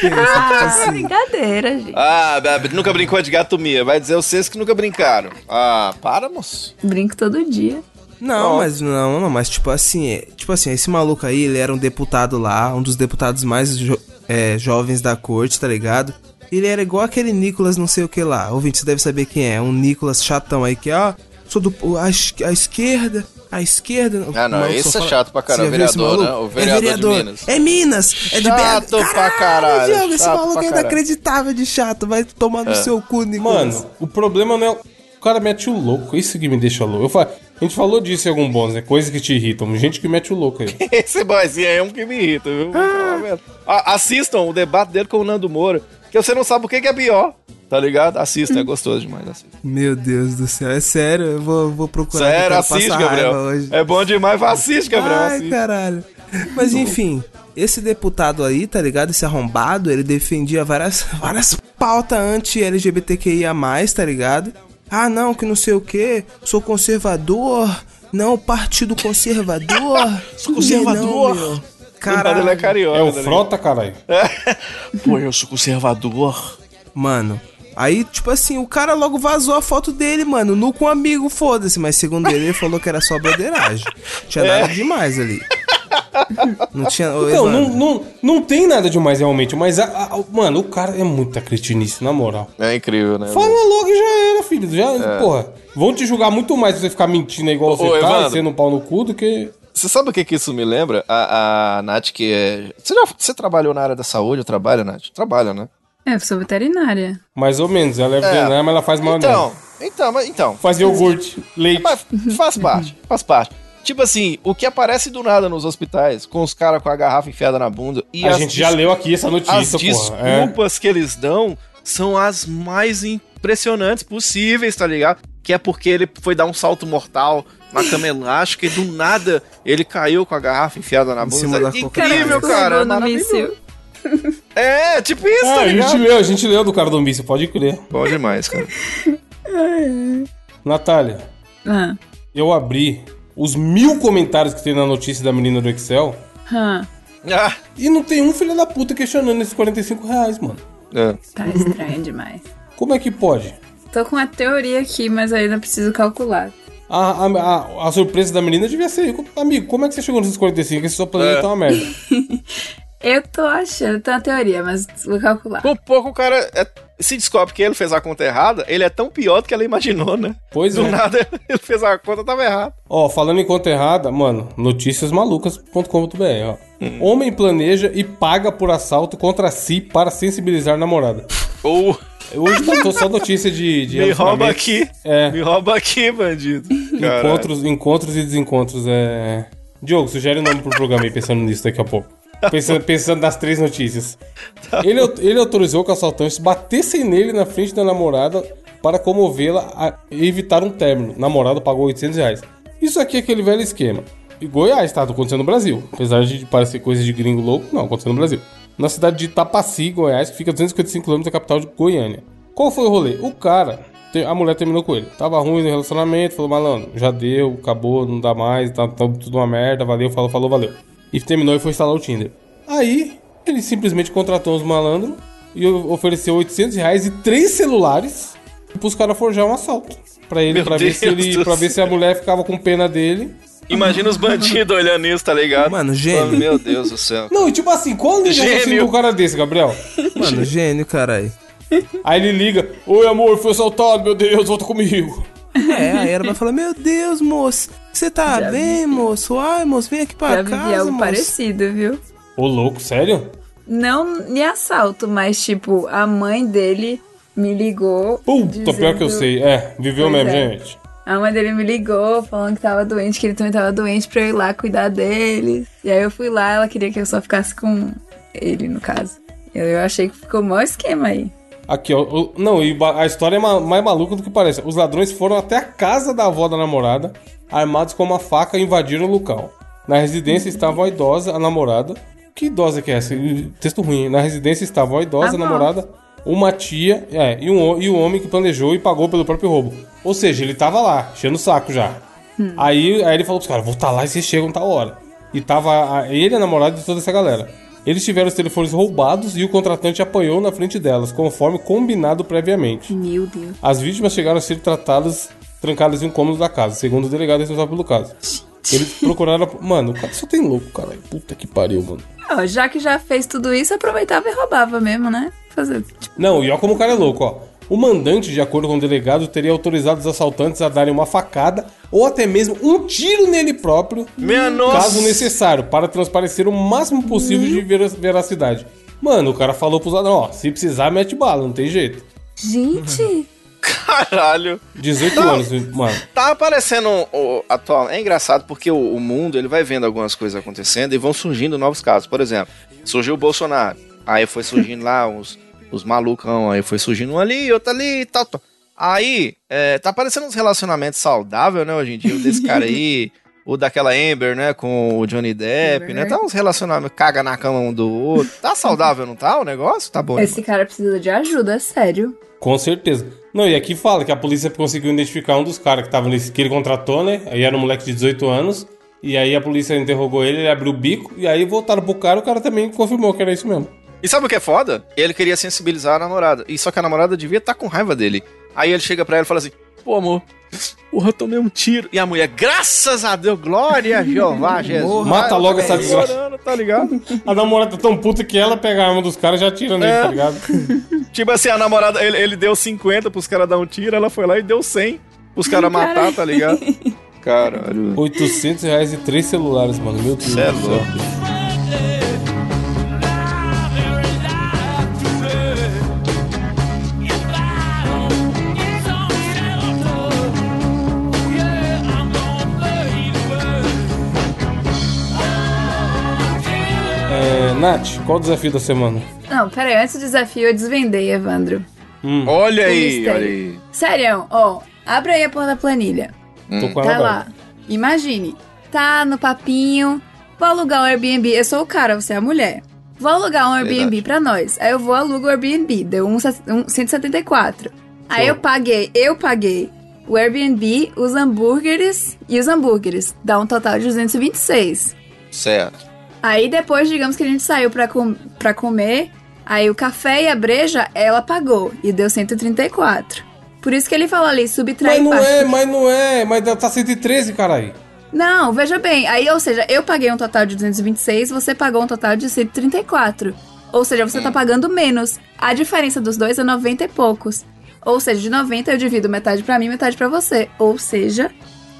[SPEAKER 4] Que isso,
[SPEAKER 3] Ah,
[SPEAKER 4] tipo assim.
[SPEAKER 3] brincadeira, gente.
[SPEAKER 2] Ah, Bebe, nunca brincou de gato mia. Vai dizer vocês que nunca brincaram. Ah, para, moço.
[SPEAKER 3] Brinco todo dia.
[SPEAKER 4] Não, mas não, não, mas tipo assim, é- tipo assim, esse maluco aí, ele era um deputado lá, um dos deputados mais jo- é, jovens da corte, tá ligado? Ele era igual aquele Nicolas não sei o que lá. Ouvinte, você deve saber quem é. Um Nicolas chatão aí que, ó, sou do. A, es- a esquerda, a esquerda.
[SPEAKER 2] Ah, não,
[SPEAKER 4] O maluco
[SPEAKER 2] esse
[SPEAKER 4] só
[SPEAKER 2] é chato pra caramba,
[SPEAKER 4] Você já viu esse
[SPEAKER 2] vereador,
[SPEAKER 4] maluco?
[SPEAKER 2] né? O vereador de
[SPEAKER 4] é vereador.
[SPEAKER 2] Minas.
[SPEAKER 4] É Minas! É de
[SPEAKER 2] Chato
[SPEAKER 4] BH.
[SPEAKER 2] pra caralho,
[SPEAKER 4] Diogo, esse
[SPEAKER 2] chato
[SPEAKER 4] maluco
[SPEAKER 2] pra
[SPEAKER 4] é
[SPEAKER 2] caralho. É.
[SPEAKER 4] inacreditável de chato. Vai tomar no seu cu, Nicolas.
[SPEAKER 1] Mano, o problema não é. O cara mete o louco, é isso que me deixa louco. Eu falo, a gente falou disso em algum bônus, né? Coisas que te irritam. Gente que mete o louco
[SPEAKER 2] <laughs>
[SPEAKER 1] aí.
[SPEAKER 2] Esse boyzinho aí é um que me irrita,
[SPEAKER 4] Ah.
[SPEAKER 2] viu? Vou falar mesmo. A- Assistam o debate dele com o Nando Moura, que você não sabe o que que é pior, tá ligado? Assista, é gostoso demais, assista.
[SPEAKER 4] Meu Deus do céu, é sério, eu vou, vou procurar. que eu
[SPEAKER 2] Sério,
[SPEAKER 4] quero
[SPEAKER 2] assiste,
[SPEAKER 4] passar
[SPEAKER 2] é Gabriel.
[SPEAKER 4] raiva Hoje.
[SPEAKER 2] É bom demais, mas assiste, Gabriel,
[SPEAKER 4] Ai,
[SPEAKER 2] assiste.
[SPEAKER 4] caralho. Mas enfim, esse deputado aí, tá ligado? Esse arrombado, ele defendia várias, <laughs> várias pautas anti-LGBTQIA, tá ligado? Ah, não, que não sei o que, sou conservador, não, partido conservador.
[SPEAKER 2] <laughs> Sou conservador. Caralho. Ele é
[SPEAKER 4] Caralho.
[SPEAKER 2] carioca,
[SPEAKER 1] É o
[SPEAKER 2] tá ligado?
[SPEAKER 1] frota, caralho.
[SPEAKER 2] Pô, eu sou conservador.
[SPEAKER 4] Mano, aí, tipo assim, o cara logo vazou a foto dele, mano, nu com um amigo, foda-se. Mas segundo ele, ele falou que era só broderagem. Tinha
[SPEAKER 2] <laughs> É.
[SPEAKER 4] nada demais ali. Não tinha. Ô,
[SPEAKER 1] Então, não,
[SPEAKER 4] Evandro.
[SPEAKER 1] não, não tem nada demais realmente, mas, a- a- o- mano, o cara é muita cretinice, na moral.
[SPEAKER 2] É incrível, né?
[SPEAKER 1] Fala logo e já era, filho. Já, Porra, vão te julgar muito mais se você ficar mentindo aí igual
[SPEAKER 2] É. Ô,
[SPEAKER 1] você
[SPEAKER 2] ô,
[SPEAKER 1] tá,
[SPEAKER 2] Evandro.
[SPEAKER 1] e sendo um pau no cu, do que...
[SPEAKER 2] Você sabe o que, que isso me lembra? A, a Nath, que é. Você, já, você trabalhou na área da saúde? Eu trabalho, Nath? Trabalha, né?
[SPEAKER 3] É, eu sou veterinária.
[SPEAKER 1] Mais ou menos, ela é veterinária, mas ela faz maionese.
[SPEAKER 2] Então, então, mas então.
[SPEAKER 1] Faz iogurte, leite.
[SPEAKER 2] Mas
[SPEAKER 4] Uhum.
[SPEAKER 2] faz parte, faz parte. Tipo assim, o que aparece do nada nos hospitais, com os caras com a garrafa enfiada na bunda. E
[SPEAKER 1] a
[SPEAKER 2] as
[SPEAKER 1] gente já leu aqui essa notícia,
[SPEAKER 2] As
[SPEAKER 1] porra. É.
[SPEAKER 2] desculpas que eles dão são as mais impressionantes possíveis, tá ligado? Que é porque ele foi dar um salto mortal na cama elástica e do nada ele caiu com a garrafa enfiada na
[SPEAKER 4] Em cima
[SPEAKER 2] bunda. É
[SPEAKER 4] da cocaína.
[SPEAKER 2] Incrível, cara.
[SPEAKER 3] escorregou
[SPEAKER 2] é
[SPEAKER 3] no
[SPEAKER 2] maravilhoso.
[SPEAKER 3] míssil.
[SPEAKER 2] É, tipo isso,
[SPEAKER 1] Ah,
[SPEAKER 2] tá
[SPEAKER 1] a gente
[SPEAKER 2] ligado?
[SPEAKER 1] leu, a gente leu do cara do míssil, pode crer.
[SPEAKER 2] Bom
[SPEAKER 4] <laughs>
[SPEAKER 2] demais, cara.
[SPEAKER 1] Natália,
[SPEAKER 3] Ah,
[SPEAKER 1] eu abri os mil comentários que tem na notícia da menina do Excel
[SPEAKER 3] ah,
[SPEAKER 2] Ah,
[SPEAKER 1] e não tem um filho da puta questionando esses 45 reais, mano.
[SPEAKER 2] é.
[SPEAKER 3] tá estranho demais.
[SPEAKER 1] Como é que pode?
[SPEAKER 3] Tô com uma teoria aqui, mas ainda preciso calcular.
[SPEAKER 1] A, a, a- a surpresa da menina devia ser, amigo, como é que você chegou nesses 45? Esse seu planeta
[SPEAKER 2] É.
[SPEAKER 1] é uma merda.
[SPEAKER 3] Eu tô achando, tem uma teoria, mas vou calcular.
[SPEAKER 2] Com pouco o cara é- se descobre que ele fez a conta errada, ele é tão pior do que ela imaginou, né?
[SPEAKER 1] Pois
[SPEAKER 2] do
[SPEAKER 1] é.
[SPEAKER 2] nada ele fez a conta, tava errado.
[SPEAKER 1] Ó, falando em conta errada, mano, noticiasmalucas.com.br, ó.
[SPEAKER 2] Hum.
[SPEAKER 1] Homem planeja e paga por assalto contra si para sensibilizar namorada.
[SPEAKER 2] Ou
[SPEAKER 1] Hoje tá tô só notícia de, de
[SPEAKER 2] me rouba
[SPEAKER 1] relacionamento.
[SPEAKER 2] aqui,
[SPEAKER 1] É. Um
[SPEAKER 2] me rouba
[SPEAKER 1] <laughs>
[SPEAKER 2] aqui, bandido. Caralho.
[SPEAKER 1] Encontros, encontros e desencontros. É... Diogo, sugere o nome pro programa aí, pensando nisso daqui a
[SPEAKER 2] <laughs>
[SPEAKER 1] pouco. Pensando, pensando nas três notícias. <laughs> Ele, au- ele autorizou que o assaltante batessem nele na frente da namorada para comovê-la a evitar um término. Namorado pagou 800 reais. Isso aqui é aquele velho esquema. E Goiás, tá? Acontecendo no Brasil. Apesar de parecer coisa de gringo louco, não, aconteceu no Brasil. Na cidade de Itapaci, Goiás, que fica a 255 km da capital de Goiânia. Qual foi o rolê? O cara te- A mulher terminou com ele. Tava ruim no relacionamento, falou, malandro, já deu, acabou, não dá mais, tá, tá tudo uma merda, valeu, falou, falou, valeu. E terminou e foi instalar o Tinder. Aí, ele simplesmente contratou os malandros e o- ofereceu 800 reais e três celulares pros caras forjar um assalto. Pra ele,
[SPEAKER 2] Meu
[SPEAKER 1] pra ver,
[SPEAKER 2] Deus
[SPEAKER 1] se ele
[SPEAKER 2] do
[SPEAKER 1] pra ver se a mulher ficava com pena dele.
[SPEAKER 2] Imagina os bandidos olhando isso, tá ligado?
[SPEAKER 4] Mano, gênio.
[SPEAKER 2] Oh, meu Deus do céu.
[SPEAKER 1] Não, e tipo assim, qual o nível
[SPEAKER 2] Gênio.
[SPEAKER 1] assim do cara desse, Gabriel?
[SPEAKER 4] Mano, gênio, caralho.
[SPEAKER 1] Aí ele liga, oi amor, fui assaltado, meu Deus, volta comigo.
[SPEAKER 4] É, aí ela vai falar: Meu Deus, moço, você tá
[SPEAKER 3] Já
[SPEAKER 4] bem, moço? Ai, moço, vem aqui
[SPEAKER 3] Já
[SPEAKER 1] Ah,
[SPEAKER 4] pra
[SPEAKER 3] vivi
[SPEAKER 4] casa,
[SPEAKER 3] algo
[SPEAKER 4] moço.
[SPEAKER 3] parecido, viu?
[SPEAKER 1] Ô louco, sério?
[SPEAKER 3] Não de assalto, mas tipo, a mãe dele me ligou.
[SPEAKER 1] Puta,
[SPEAKER 3] dizendo-
[SPEAKER 1] pior que eu sei. É, viveu
[SPEAKER 3] Pois
[SPEAKER 1] mesmo,
[SPEAKER 3] é.
[SPEAKER 1] gente.
[SPEAKER 3] A mãe dele me ligou falando que tava doente, que ele também tava doente pra eu ir lá cuidar dele. E aí eu fui lá, ela queria que eu só ficasse com ele, no caso. Eu, eu achei que ficou o maior esquema aí.
[SPEAKER 1] Aqui, ó. o- não, e ba- a história é ma- mais maluca do que parece. Os ladrões foram até a casa da avó da namorada, armados com uma faca e invadiram o local. Na residência estava a idosa, a namorada. Que idosa que é essa? Ih, Texto ruim. hein? Na residência estava a idosa, a
[SPEAKER 3] Avó.
[SPEAKER 1] namorada, uma tia é, e, um, ho- e o homem que planejou e pagou pelo próprio roubo. Ou seja, ele tava lá, enchendo o saco já. Aí, aí ele falou pros caras, vou tá lá e vocês chegam tal hora. E tava a- ele, a namorada de toda essa galera. Eles tiveram os telefones roubados e o contratante apanhou na frente delas, conforme combinado previamente.
[SPEAKER 3] Meu Deus.
[SPEAKER 1] As vítimas chegaram a ser tratadas, trancadas em um cômodo da casa, segundo o delegado responsável pelo caso. Eles procuraram. Mano, o cara só tem louco, caralho. Puta que pariu, mano.
[SPEAKER 3] Ó, já que já fez tudo isso, aproveitava e roubava mesmo, né? fazer. Tipo,
[SPEAKER 1] Não, e olha como o cara é louco, ó. O mandante, de acordo com o delegado, teria autorizado os assaltantes a darem uma facada ou até mesmo um tiro nele próprio,
[SPEAKER 2] Minha nossa.
[SPEAKER 1] caso necessário, para transparecer o máximo possível de vera- veracidade. Mano, o cara falou pros ladrões, ó, se precisar, mete bala, não tem jeito.
[SPEAKER 3] gente,
[SPEAKER 2] <laughs> Caralho.
[SPEAKER 1] 18
[SPEAKER 2] Não.
[SPEAKER 1] anos, mano.
[SPEAKER 2] Tá aparecendo o, atual. É engraçado porque o, o mundo ele vai vendo algumas coisas acontecendo e vão surgindo novos casos. Por exemplo, surgiu o Bolsonaro. Aí foi surgindo lá uns, os malucão, aí foi surgindo um ali, outro ali e tal, tal. Aí, é, tá aparecendo uns relacionamentos saudáveis, né, hoje em dia, o desse cara aí, o daquela Amber, né, com o Johnny Depp, né? Tá uns relacionamentos, caga na cama um do outro. Tá saudável, não tá? O negócio? Tá bom.
[SPEAKER 3] esse cara precisa de ajuda, é sério.
[SPEAKER 1] Com certeza. Não, e aqui fala que a polícia conseguiu identificar um dos caras que tava nesse que ele contratou, né? Aí era um moleque de 18 anos. E aí a polícia interrogou ele, ele abriu o bico, e aí voltaram pro cara, o cara também confirmou que era isso mesmo.
[SPEAKER 2] E sabe o que é foda? Ele queria sensibilizar a namorada. E só que a namorada devia estar com raiva dele. Aí ele chega pra ela e fala assim: Pô, amor, porra, eu tomei um tiro. E a mulher, graças a Deus, glória a Jeová, Jesus.
[SPEAKER 4] Morra,
[SPEAKER 1] Mata
[SPEAKER 2] eu
[SPEAKER 1] logo
[SPEAKER 2] também
[SPEAKER 1] essa
[SPEAKER 2] tô
[SPEAKER 1] desgraça.
[SPEAKER 2] orando, Tá ligado?
[SPEAKER 1] A namorada tá tão puta que ela pega a arma dos caras e já atira nele,
[SPEAKER 2] É.
[SPEAKER 1] tá
[SPEAKER 2] <laughs>
[SPEAKER 1] ligado?
[SPEAKER 2] <laughs> tipo assim, a namorada, ele, ele deu 50 pros caras dar um tiro, ela foi lá e deu 100
[SPEAKER 1] <laughs>
[SPEAKER 2] pros caras matar, tá ligado? Caralho.
[SPEAKER 1] 800 reais e três celulares, mano. Meu Deus
[SPEAKER 2] Cê é
[SPEAKER 1] do céu.
[SPEAKER 2] louco.
[SPEAKER 1] É, Nath, qual o desafio da semana?
[SPEAKER 3] Não, pera aí, antes do desafio eu desvendei, Evandro.
[SPEAKER 1] Hum,
[SPEAKER 2] Olha aí,
[SPEAKER 3] Mistério.
[SPEAKER 2] olha aí.
[SPEAKER 3] Sério, ó, abre aí a porra da planilha.
[SPEAKER 2] Hum.
[SPEAKER 1] tô com ela
[SPEAKER 3] Tá
[SPEAKER 1] agora.
[SPEAKER 3] lá. Imagine, tá no papinho, vou alugar um Airbnb. Eu sou o cara, você é a mulher. Vou alugar um Airbnb
[SPEAKER 2] Verdade.
[SPEAKER 3] pra nós. Aí eu vou alugo o Airbnb, deu um, se- um 174. Aí
[SPEAKER 1] Show.
[SPEAKER 3] eu paguei, eu paguei o Airbnb, os hambúrgueres e os hambúrgueres. Dá um total de 226.
[SPEAKER 2] Certo.
[SPEAKER 3] Aí depois, digamos que a gente saiu pra, com, pra comer, aí o café e a breja, ela pagou, e deu 134. Por isso que ele fala ali, subtrai
[SPEAKER 1] Mas não
[SPEAKER 3] parte.
[SPEAKER 1] é, mas não é, mas dá- tá 113, caralho.
[SPEAKER 3] Não, veja bem, aí, ou seja, eu paguei um total de 226, você pagou um total de 134. Ou seja, você tá pagando menos. A diferença dos dois é 90 e poucos. Ou seja, de 90 eu divido metade pra mim, metade pra você. Ou seja,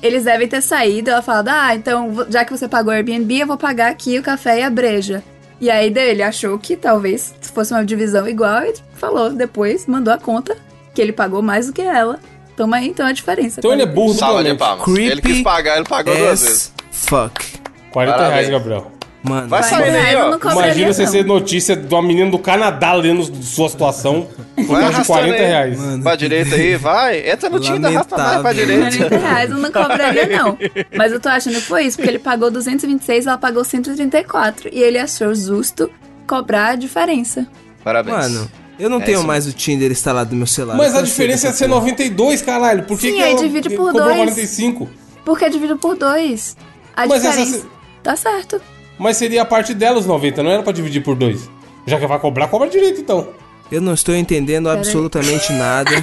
[SPEAKER 3] eles devem ter saído, ela fala, ah, então, vo- já que você pagou o Airbnb, eu vou pagar aqui o café e a breja. E aí ele achou que talvez fosse uma divisão igual e falou depois, mandou a conta que ele pagou mais do que ela. Toma aí, então, a diferença.
[SPEAKER 1] Então ele é burro do
[SPEAKER 2] Salva de
[SPEAKER 1] planeta.
[SPEAKER 2] palmas.
[SPEAKER 4] Creepy
[SPEAKER 2] Ele quis pagar, ele pagou duas vezes.
[SPEAKER 4] As fuck.
[SPEAKER 1] 40
[SPEAKER 2] Parabéns.
[SPEAKER 1] reais, Gabriel.
[SPEAKER 4] Mano,
[SPEAKER 2] Vai
[SPEAKER 3] Mas
[SPEAKER 2] sair daí,
[SPEAKER 3] eu
[SPEAKER 2] ó.
[SPEAKER 3] não cobraria,
[SPEAKER 1] Imagina você
[SPEAKER 3] não.
[SPEAKER 1] ser notícia de uma menina do Canadá lendo sua situação por
[SPEAKER 2] Vai
[SPEAKER 1] causa de
[SPEAKER 2] arrastando
[SPEAKER 1] 40
[SPEAKER 2] aí.
[SPEAKER 1] reais.
[SPEAKER 2] Pra direita aí, vai. Entra no Tinder, rapa mais pra
[SPEAKER 4] Lamentável.
[SPEAKER 2] direita.
[SPEAKER 3] 40 reais eu não cobraria, não. Mas eu tô achando que foi isso, porque ele pagou 226, ela pagou 134. E ele achou justo cobrar a diferença.
[SPEAKER 2] Parabéns.
[SPEAKER 4] Mano, eu não
[SPEAKER 2] É
[SPEAKER 4] tenho
[SPEAKER 2] isso
[SPEAKER 4] mais o Tinder instalado no meu celular.
[SPEAKER 1] Mas
[SPEAKER 4] Eu
[SPEAKER 1] a
[SPEAKER 4] cansei
[SPEAKER 1] diferença é
[SPEAKER 4] dessa
[SPEAKER 1] ser
[SPEAKER 4] porra.
[SPEAKER 1] 92, caralho. Por que
[SPEAKER 3] Sim,
[SPEAKER 1] que
[SPEAKER 3] aí
[SPEAKER 1] ela
[SPEAKER 3] divide por
[SPEAKER 1] cobrou
[SPEAKER 3] dois.
[SPEAKER 1] 45?
[SPEAKER 3] Porque divido por dois. A
[SPEAKER 1] Mas essa
[SPEAKER 3] diferença. Tá certo.
[SPEAKER 1] Mas seria a parte dela os 90, não era pra dividir por dois. Já que vai cobrar, cobra direito então.
[SPEAKER 4] Eu não estou entendendo
[SPEAKER 3] Pera aí. <laughs>
[SPEAKER 4] absolutamente nada.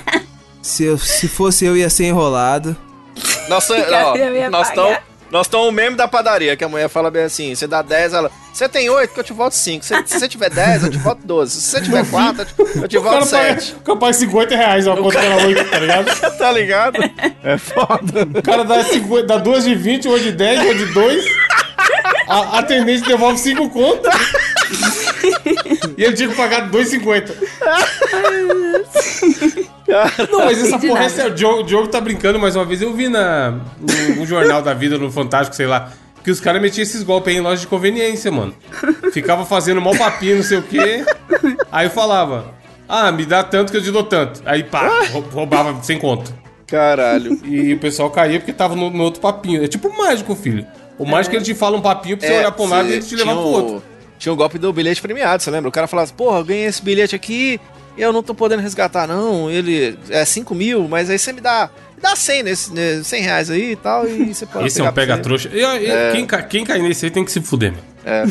[SPEAKER 4] Se, eu- se fosse eu, ia ser enrolado.
[SPEAKER 2] Nós
[SPEAKER 3] Que eu ia
[SPEAKER 2] estamos
[SPEAKER 3] pagar.
[SPEAKER 2] nós estamos o meme da padaria, que a mulher fala bem assim, você dá 10, ela, você tem 8, que eu te volto 5. Se se você tiver 10, eu te volto 12. Se você tiver 4, eu te, eu te
[SPEAKER 1] O cara
[SPEAKER 2] volto 7.
[SPEAKER 1] paga, capaz 50 reais uma conta era 8, tá ligado?
[SPEAKER 2] tá ligado? É foda.
[SPEAKER 1] O cara dá, 50, dá duas de 20, uma de 10, uma de 2. A atendente devolve 5 contas. E ele tinha que pagar 2,50. Não, mas essa
[SPEAKER 3] Entendi
[SPEAKER 1] porra
[SPEAKER 3] nada.
[SPEAKER 1] é sério. O Diogo, o Diogo tá brincando mais uma vez. Eu vi na, no, no Jornal da Vida, no Fantástico, sei lá, que os caras metiam esses golpes aí em loja de conveniência, mano. Ficava fazendo mó papinho, não sei o quê. Aí falava: Ah, me dá tanto que eu te dou tanto. Aí pá, rou- roubava sem conto.
[SPEAKER 2] Caralho.
[SPEAKER 1] E o pessoal caía porque tava no, no outro papinho. É tipo o mágico, filho. O mágico ele te fala um papinho pra você olhar pra um lado e ele te levar
[SPEAKER 2] É. tinha
[SPEAKER 1] pro
[SPEAKER 2] um-
[SPEAKER 1] outro.
[SPEAKER 2] Tinha um golpe do bilhete premiado, você lembra? O cara falava assim, porra, eu ganhei esse bilhete aqui e eu não tô podendo resgatar, não. Ele é 5 mil, mas aí você me dá, me dá 100, nesse, né, 100 reais aí e tal, e você pode
[SPEAKER 1] Esse é um
[SPEAKER 2] pegar pra
[SPEAKER 1] pega-trouxa.
[SPEAKER 2] você."
[SPEAKER 1] E, e, quem, ca- quem cair nesse aí tem que se fuder, meu.
[SPEAKER 2] É,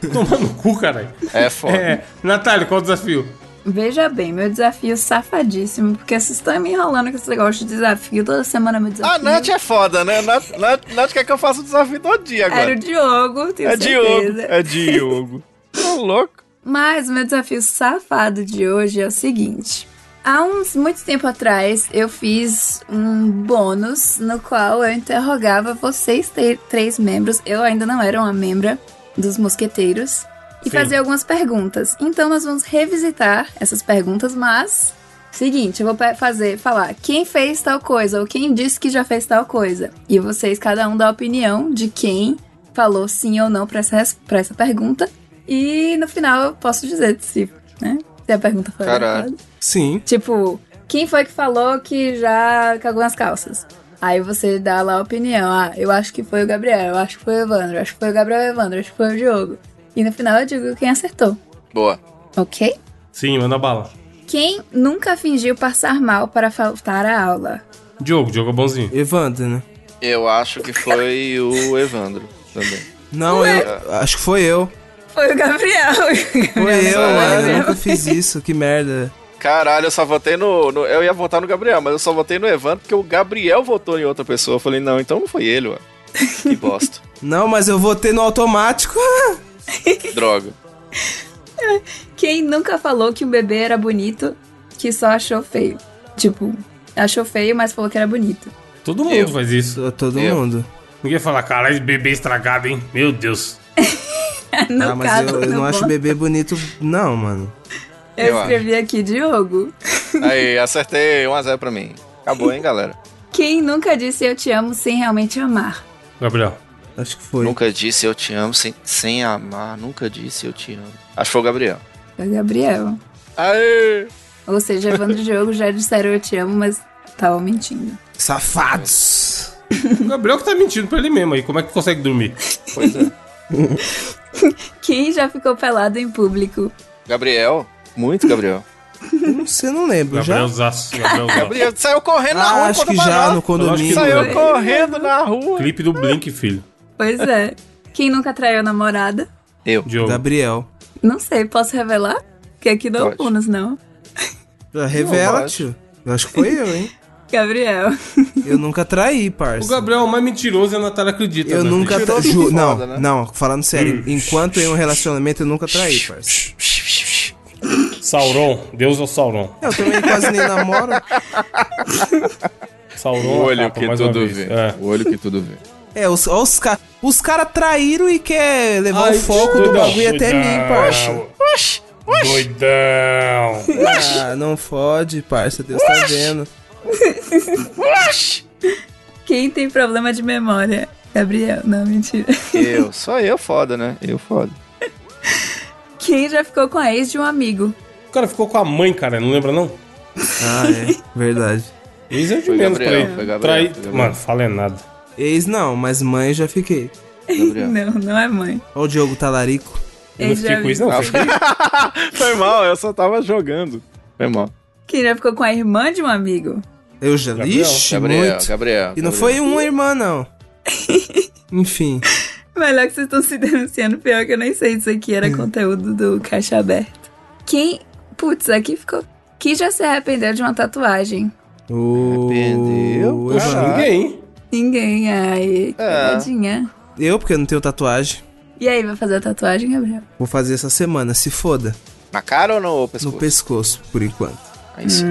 [SPEAKER 1] <laughs> Tomar no cu, caralho.
[SPEAKER 2] é foda.
[SPEAKER 1] É, Natália, qual o desafio?
[SPEAKER 3] Veja bem, meu desafio safadíssimo, porque vocês estão me enrolando com esse negócio de desafio. Toda semana meu desafio.
[SPEAKER 2] A Nath é foda, né? Nath, Nath, Nath quer que eu faça o desafio todo dia
[SPEAKER 3] Era o
[SPEAKER 2] agora.
[SPEAKER 3] Diogo, tenho
[SPEAKER 2] É
[SPEAKER 3] certeza.
[SPEAKER 4] <laughs> Tá
[SPEAKER 2] Diogo. É Diogo. Tô louco.
[SPEAKER 3] Mas o meu desafio safado de hoje é o seguinte. Há uns muito tempo atrás eu fiz um bônus no qual eu interrogava vocês te- três membros. Eu ainda não era uma membra dos mosqueteiros. E
[SPEAKER 1] Sim.
[SPEAKER 3] fazia algumas perguntas. Então nós vamos revisitar essas perguntas, mas. Seguinte, eu vou pe- fazer, falar quem fez tal coisa ou quem disse que já fez tal coisa. E vocês, cada um, dá a opinião de quem falou sim ou não pra essa, res- pra essa pergunta. E no final eu posso dizer se, né, se a pergunta foi
[SPEAKER 2] Caralho.
[SPEAKER 3] errada.
[SPEAKER 4] Sim.
[SPEAKER 3] Tipo, quem foi que falou que já cagou nas calças? Aí você dá lá a opinião. Ah, eu acho que foi o Gabriel, eu acho que foi o Evandro, eu acho que foi o Gabriel Evandro, eu acho que foi o Diogo. E no final eu digo quem acertou,
[SPEAKER 2] Boa.
[SPEAKER 3] ok?
[SPEAKER 1] Sim, manda bala.
[SPEAKER 3] Quem nunca fingiu passar mal para faltar à aula?
[SPEAKER 1] Diogo, Diogo é bonzinho.
[SPEAKER 4] Evandro, né?
[SPEAKER 2] Eu acho que foi o Evandro também.
[SPEAKER 4] Não, eu. Acho que foi eu.
[SPEAKER 3] Foi o Gabriel.
[SPEAKER 4] <laughs> Foi eu,
[SPEAKER 2] não,
[SPEAKER 4] mano. Eu
[SPEAKER 2] não.
[SPEAKER 4] nunca fiz isso, que merda.
[SPEAKER 2] Caralho, eu só votei no, no- Eu ia votar no Gabriel, mas eu só votei no Evandro porque o Gabriel votou em outra pessoa. Eu falei, não, então não foi ele, mano.
[SPEAKER 4] <laughs>
[SPEAKER 2] Que bosta.
[SPEAKER 4] Não, mas eu votei no automático. <laughs>
[SPEAKER 2] Droga.
[SPEAKER 3] Quem nunca falou que um bebê era bonito, que só achou feio? Tipo, achou feio, mas falou que era bonito. <laughs>
[SPEAKER 1] Todo mundo
[SPEAKER 2] Eu.
[SPEAKER 1] faz isso.
[SPEAKER 4] Tô- Todo
[SPEAKER 2] Eu.
[SPEAKER 4] mundo.
[SPEAKER 1] Ninguém fala, caralho, bebê estragado, hein? Meu Deus.
[SPEAKER 3] no
[SPEAKER 4] ah, mas
[SPEAKER 3] caso,
[SPEAKER 4] eu, eu
[SPEAKER 3] do
[SPEAKER 4] não acho
[SPEAKER 3] bom.
[SPEAKER 4] bebê bonito, não, mano.
[SPEAKER 3] Eu
[SPEAKER 2] Eu
[SPEAKER 3] escrevi aqui, Diogo.
[SPEAKER 2] Aí, acertei 1x0 pra mim. Acabou, hein, galera?
[SPEAKER 3] Quem nunca disse eu te amo sem realmente amar?
[SPEAKER 1] Gabriel.
[SPEAKER 4] Acho que foi.
[SPEAKER 2] Nunca disse eu te amo sem, sem amar. Nunca disse eu te amo. Acho que foi o Gabriel.
[SPEAKER 3] Foi É o Gabriel.
[SPEAKER 2] Aê!
[SPEAKER 3] Ou seja, Evandro e Diogo já disseram eu te amo, mas estavam mentindo.
[SPEAKER 4] Safados!
[SPEAKER 1] O Gabriel que tá mentindo pra ele mesmo aí. Como é que consegue dormir?
[SPEAKER 2] Pois é.
[SPEAKER 3] Quem já ficou pelado em público?
[SPEAKER 2] Gabriel? Muito Gabriel.
[SPEAKER 4] Eu não sei, eu não lembro.
[SPEAKER 1] Gabriel
[SPEAKER 4] Já?
[SPEAKER 1] Zaço. Gabriel Zaço.
[SPEAKER 2] <laughs> Gabriel saiu correndo na
[SPEAKER 4] Ah,
[SPEAKER 2] rua
[SPEAKER 4] acho
[SPEAKER 2] quando
[SPEAKER 4] que já
[SPEAKER 2] parou.
[SPEAKER 4] no
[SPEAKER 1] Lógico
[SPEAKER 4] condomínio.
[SPEAKER 1] que não.
[SPEAKER 2] Saiu correndo na rua.
[SPEAKER 1] Clipe do Blink, filho.
[SPEAKER 3] Pois é. Quem nunca traiu namorada?
[SPEAKER 2] Eu.
[SPEAKER 1] Diogo.
[SPEAKER 4] Gabriel.
[SPEAKER 3] Não sei, posso revelar? Porque aqui não há
[SPEAKER 2] Pode.
[SPEAKER 3] bônus, não.
[SPEAKER 4] Já Revela,
[SPEAKER 2] mas-
[SPEAKER 4] tio. Eu acho que foi eu, hein?
[SPEAKER 3] Gabriel.
[SPEAKER 4] Eu nunca traí, parça.
[SPEAKER 1] O Gabriel é o mais mentiroso e a Natália acredita.
[SPEAKER 4] Eu
[SPEAKER 1] né,
[SPEAKER 4] nunca
[SPEAKER 1] filho?
[SPEAKER 4] traí.
[SPEAKER 2] Mentiroso é
[SPEAKER 4] Não,
[SPEAKER 2] foda, né?
[SPEAKER 4] não, falando sério. Enquanto em um relacionamento, eu nunca traí, parça.
[SPEAKER 1] Sauron. Deus é o Sauron.
[SPEAKER 4] Eu também quase nem namoro.
[SPEAKER 1] Sauron.
[SPEAKER 2] O olho
[SPEAKER 1] acaba,
[SPEAKER 2] que
[SPEAKER 1] mais uma
[SPEAKER 2] tudo
[SPEAKER 1] vez.
[SPEAKER 2] vê.
[SPEAKER 1] É.
[SPEAKER 2] O olho que tudo vê.
[SPEAKER 4] É, os, ó, os, ca- os caras traíram e quer levar
[SPEAKER 1] Ai,
[SPEAKER 4] o foco do
[SPEAKER 1] doidão,
[SPEAKER 4] bagulho é até
[SPEAKER 1] doidão.
[SPEAKER 4] mim, parça.
[SPEAKER 1] Doidão.
[SPEAKER 4] Ah, não fode, parça. Deus tá vendo.
[SPEAKER 3] Quem tem problema de memória? Gabriel. Não, mentira.
[SPEAKER 2] Eu, só eu foda, né? Eu foda.
[SPEAKER 3] Quem já ficou com a ex de um amigo?
[SPEAKER 1] O cara ficou com a mãe, cara. Não lembra, não?
[SPEAKER 4] Ah, é. <laughs> Verdade.
[SPEAKER 1] Ex é de
[SPEAKER 2] Foi
[SPEAKER 1] menos
[SPEAKER 2] Gabriel,
[SPEAKER 1] pra
[SPEAKER 2] foi
[SPEAKER 1] ele.
[SPEAKER 2] Gabriel,
[SPEAKER 1] Trai...
[SPEAKER 2] foi Gabriel.
[SPEAKER 1] Mano, fala é nada.
[SPEAKER 4] Ex não, mas mãe já fiquei.
[SPEAKER 2] Gabriel.
[SPEAKER 3] Não, não é mãe.
[SPEAKER 4] Ó o Diogo Talarico.
[SPEAKER 1] Eu não
[SPEAKER 3] Ex de
[SPEAKER 1] fiquei com isso, não.
[SPEAKER 2] Ah,
[SPEAKER 1] filho.
[SPEAKER 2] Foi mal, eu só tava jogando. Foi mal.
[SPEAKER 3] Quem já ficou com a irmã de um amigo?
[SPEAKER 4] Eu já.
[SPEAKER 1] Gabriel,
[SPEAKER 4] Ixi,
[SPEAKER 2] Gabriel,
[SPEAKER 4] muito.
[SPEAKER 2] Gabriel.
[SPEAKER 4] E não
[SPEAKER 2] Gabriel.
[SPEAKER 4] foi uma irmã, não. Enfim.
[SPEAKER 3] Melhor que vocês estão se denunciando, pior que eu nem sei isso aqui era conteúdo do Caixa Aberto. Quem. Putz, aqui ficou. Quem já se arrependeu de uma tatuagem?
[SPEAKER 4] O...
[SPEAKER 2] Arrependeu,
[SPEAKER 4] Eu,
[SPEAKER 1] Poxa,
[SPEAKER 2] Caralho.
[SPEAKER 1] ninguém.
[SPEAKER 3] Ninguém, ai. Tadinha.
[SPEAKER 4] eu, porque eu não tenho tatuagem.
[SPEAKER 3] E aí, vai fazer a tatuagem, Gabriel?
[SPEAKER 4] Vou fazer essa semana, se foda.
[SPEAKER 2] Na cara ou no
[SPEAKER 4] No
[SPEAKER 2] pescoço?
[SPEAKER 4] pescoço, por enquanto.
[SPEAKER 2] É isso.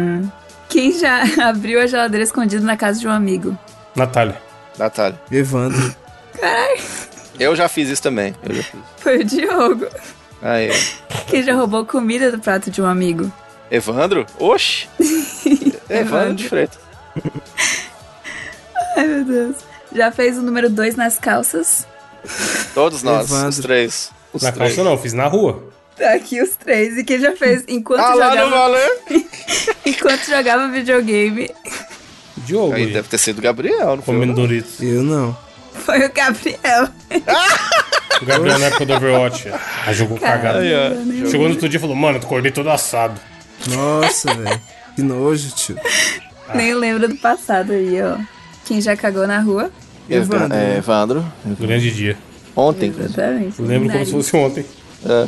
[SPEAKER 3] Quem já <laughs> abriu a geladeira escondida na casa de um amigo?
[SPEAKER 1] Natália.
[SPEAKER 2] Natália.
[SPEAKER 4] Evandro.
[SPEAKER 2] Eu já fiz isso também. Eu já fiz.
[SPEAKER 3] Foi o Diogo.
[SPEAKER 2] Aí.
[SPEAKER 3] Quem já roubou comida do prato de um amigo?
[SPEAKER 2] Evandro? Oxi. Evandro de Freitas.
[SPEAKER 3] Ai, meu Deus. Já fez o número 2 nas calças?
[SPEAKER 2] Todos nós, os
[SPEAKER 4] Evandro.
[SPEAKER 2] três. Os
[SPEAKER 1] Na
[SPEAKER 2] três.
[SPEAKER 1] calça não, fiz na rua.
[SPEAKER 3] Tá aqui os três. E quem já fez enquanto,
[SPEAKER 2] Ah, lá no
[SPEAKER 3] jogava,
[SPEAKER 2] valeu.
[SPEAKER 3] enquanto jogava videogame?
[SPEAKER 1] Diogo.
[SPEAKER 2] Aí deve ter sido o Gabriel, não foi?
[SPEAKER 1] Comendo
[SPEAKER 2] não?
[SPEAKER 1] Doritos.
[SPEAKER 4] Eu não.
[SPEAKER 3] Foi o Gabriel.
[SPEAKER 1] O Gabriel na época do Overwatch. Ah, jogou cagada.
[SPEAKER 2] Aí, ó.
[SPEAKER 1] Chegou no outro dia e falou, mano, eu acordei todo assado.
[SPEAKER 4] Nossa, velho. Que nojo, tio.
[SPEAKER 1] Ah.
[SPEAKER 3] Nem lembra do passado aí, ó. Quem já cagou na rua?
[SPEAKER 4] Evandro.
[SPEAKER 2] É, Evandro.
[SPEAKER 1] Grande dia.
[SPEAKER 2] Ontem.
[SPEAKER 3] Exatamente.
[SPEAKER 1] Eu lembro como
[SPEAKER 3] Nariz.
[SPEAKER 1] se fosse ontem.
[SPEAKER 2] É.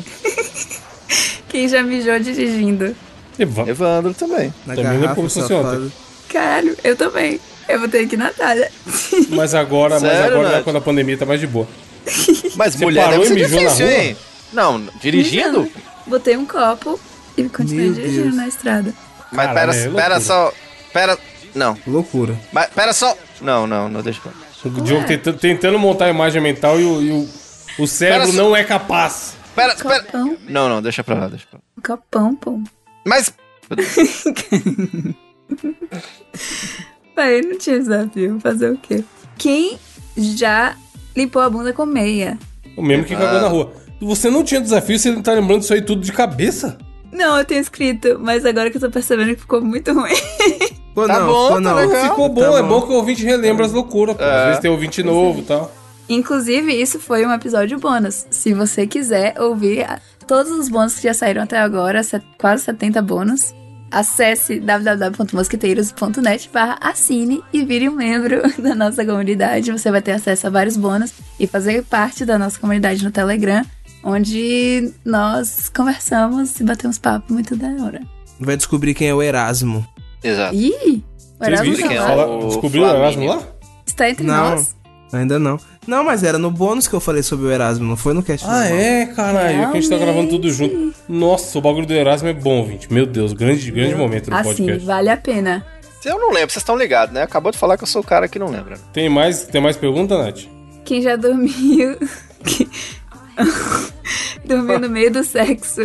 [SPEAKER 3] Quem já mijou dirigindo?
[SPEAKER 1] Eva-
[SPEAKER 2] Evandro também.
[SPEAKER 4] Na
[SPEAKER 1] Também não é
[SPEAKER 4] garrafa,
[SPEAKER 1] como se fosse
[SPEAKER 4] safado.
[SPEAKER 3] Caralho, eu também. Eu botei aqui Natália.
[SPEAKER 1] Mas agora, mas
[SPEAKER 2] Sério,
[SPEAKER 1] agora,
[SPEAKER 2] Nath?
[SPEAKER 1] quando a pandemia tá mais de boa.
[SPEAKER 2] Mas
[SPEAKER 1] Você
[SPEAKER 2] mulher
[SPEAKER 1] parou
[SPEAKER 2] É, deve
[SPEAKER 1] e
[SPEAKER 2] ser
[SPEAKER 1] mijou na
[SPEAKER 2] difícil,
[SPEAKER 1] rua?
[SPEAKER 2] hein? Não, dirigindo?
[SPEAKER 3] botei um copo e continuei
[SPEAKER 4] Meu
[SPEAKER 3] dirigindo
[SPEAKER 4] Deus.
[SPEAKER 3] na estrada.
[SPEAKER 2] Mas
[SPEAKER 1] Caralho,
[SPEAKER 2] pera,
[SPEAKER 1] é loucura.
[SPEAKER 2] pera só. Pera. Não.
[SPEAKER 4] Loucura.
[SPEAKER 2] Mas pera só. Não, não, não deixa pra.
[SPEAKER 1] O Diogo tenta- tentando montar a imagem mental e o, e o, o cérebro
[SPEAKER 2] Pera só.
[SPEAKER 1] não é capaz.
[SPEAKER 2] Pera, pera.
[SPEAKER 3] Copão,
[SPEAKER 2] Não, não, deixa pra lá, deixa pra lá.
[SPEAKER 3] copão, pô.
[SPEAKER 2] Mas.
[SPEAKER 3] Aí não tinha desafio, fazer o quê? Quem já limpou a bunda com meia?
[SPEAKER 1] O mesmo que
[SPEAKER 2] Ah.
[SPEAKER 1] cagou na rua. Você não tinha desafio, você não tá lembrando isso aí tudo de cabeça?
[SPEAKER 3] Não, eu tenho escrito, mas agora que eu tô percebendo que ficou muito ruim.
[SPEAKER 4] Pô,
[SPEAKER 2] Tá
[SPEAKER 4] não,
[SPEAKER 2] bom,
[SPEAKER 4] pô,
[SPEAKER 2] tá
[SPEAKER 4] não.
[SPEAKER 2] legal.
[SPEAKER 1] Ficou bom,
[SPEAKER 4] Tá
[SPEAKER 1] é bom que o ouvinte relembra as loucuras, pô. Às
[SPEAKER 2] É.
[SPEAKER 1] vezes tem ouvinte novo e tal.
[SPEAKER 3] Inclusive, isso foi um episódio bônus. Se você quiser ouvir a- todos os bônus que já saíram até agora, se- quase 70 bônus, acesse www.mosqueteiros.net barra assine e vire um membro <laughs> da nossa comunidade. Você vai ter acesso a vários bônus e fazer parte da nossa comunidade no Telegram, onde nós conversamos e batemos papo muito da hora.
[SPEAKER 4] Vai descobrir quem é o Erasmo.
[SPEAKER 2] Exato.
[SPEAKER 3] Ih, o
[SPEAKER 1] Vocês
[SPEAKER 3] Erasmo
[SPEAKER 1] viram?
[SPEAKER 3] tá
[SPEAKER 2] quem é
[SPEAKER 3] lá?
[SPEAKER 1] Fala-
[SPEAKER 2] o
[SPEAKER 1] Descobriu o Erasmo
[SPEAKER 2] Flamínio.
[SPEAKER 1] lá?
[SPEAKER 3] está entre
[SPEAKER 4] Não.
[SPEAKER 3] nós.
[SPEAKER 4] Ainda não. Não, mas era no bônus que eu falei sobre o Erasmo, não foi no cast.
[SPEAKER 1] Ah,
[SPEAKER 4] normal.
[SPEAKER 1] é, caralho. É que a gente tá gravando tudo junto. Nossa, o bagulho do Erasmo é bom, gente. Meu Deus, grande, grande momento do
[SPEAKER 3] Assim,
[SPEAKER 1] podcast.
[SPEAKER 3] vale a pena.
[SPEAKER 2] Eu não lembro, vocês estão ligados, né? Acabou de falar que eu sou o cara que não lembra. né?
[SPEAKER 1] Tem mais, tem mais pergunta, Nath?
[SPEAKER 3] Quem
[SPEAKER 1] <laughs>
[SPEAKER 3] já dormiu. que- dormiu no meio do sexo.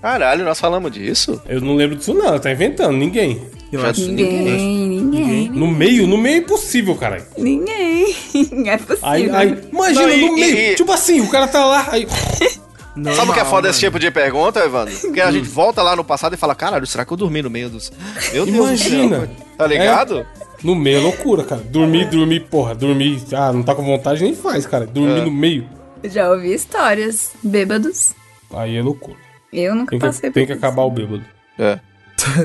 [SPEAKER 2] Caralho, nós falamos disso?
[SPEAKER 1] Eu não lembro disso, não. Ela tá inventando. Ninguém.
[SPEAKER 4] Eu
[SPEAKER 2] Já-
[SPEAKER 4] acho.
[SPEAKER 3] Ninguém, ninguém,
[SPEAKER 1] No meio, no meio é impossível, caralho.
[SPEAKER 3] ninguém. <laughs> É possível.
[SPEAKER 1] Aí, aí, imagina,
[SPEAKER 2] né? Não, e-
[SPEAKER 1] no meio.
[SPEAKER 2] e-
[SPEAKER 1] Tipo assim, o cara tá lá. Aí,
[SPEAKER 2] Sabe o que é foda desse
[SPEAKER 4] mano.
[SPEAKER 2] tipo de pergunta, Evandro? Porque
[SPEAKER 1] Hum.
[SPEAKER 2] a gente volta lá no passado e fala, caralho, será que eu dormi no meio dos. Meu Deus É.
[SPEAKER 1] Imagina.
[SPEAKER 2] do céu. Tá ligado?
[SPEAKER 1] no meio é loucura, cara. Dormir, dormir, porra. Dormir. Ah, não tá com vontade, nem faz, cara. Dormir
[SPEAKER 2] É.
[SPEAKER 1] no meio.
[SPEAKER 3] Já ouvi histórias. Bêbados.
[SPEAKER 1] Aí é loucura.
[SPEAKER 3] Eu nunca
[SPEAKER 1] Tem
[SPEAKER 3] passei
[SPEAKER 1] que, tem que
[SPEAKER 3] por isso.
[SPEAKER 1] acabar o bêbado.
[SPEAKER 2] É.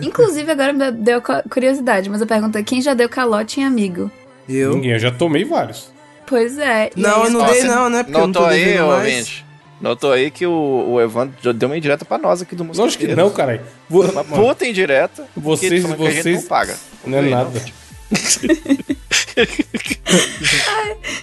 [SPEAKER 3] Inclusive, agora me deu co- curiosidade, mas eu perguntei quem já deu calote em amigo.
[SPEAKER 4] Eu.
[SPEAKER 1] Ninguém, eu já tomei vários.
[SPEAKER 3] Pois é. e
[SPEAKER 4] Não,
[SPEAKER 3] aí-
[SPEAKER 4] eu não
[SPEAKER 2] Ó,
[SPEAKER 4] dei,
[SPEAKER 2] cê
[SPEAKER 4] não, né? Porque eu não
[SPEAKER 2] Notou
[SPEAKER 4] tô
[SPEAKER 2] aí,
[SPEAKER 4] devendo
[SPEAKER 2] ô,
[SPEAKER 4] mais.
[SPEAKER 2] ouvinte. Notou aí que o, o Evandro já deu uma indireta pra nós aqui do Mosquito.
[SPEAKER 1] Lógico que não, caralho. Vo-
[SPEAKER 2] Uma
[SPEAKER 1] mano,
[SPEAKER 2] puta indireta. porque
[SPEAKER 1] Vocês-
[SPEAKER 2] ele falou que a
[SPEAKER 1] vocês-
[SPEAKER 2] gente não paga.
[SPEAKER 1] não é
[SPEAKER 2] Aí,
[SPEAKER 1] nada.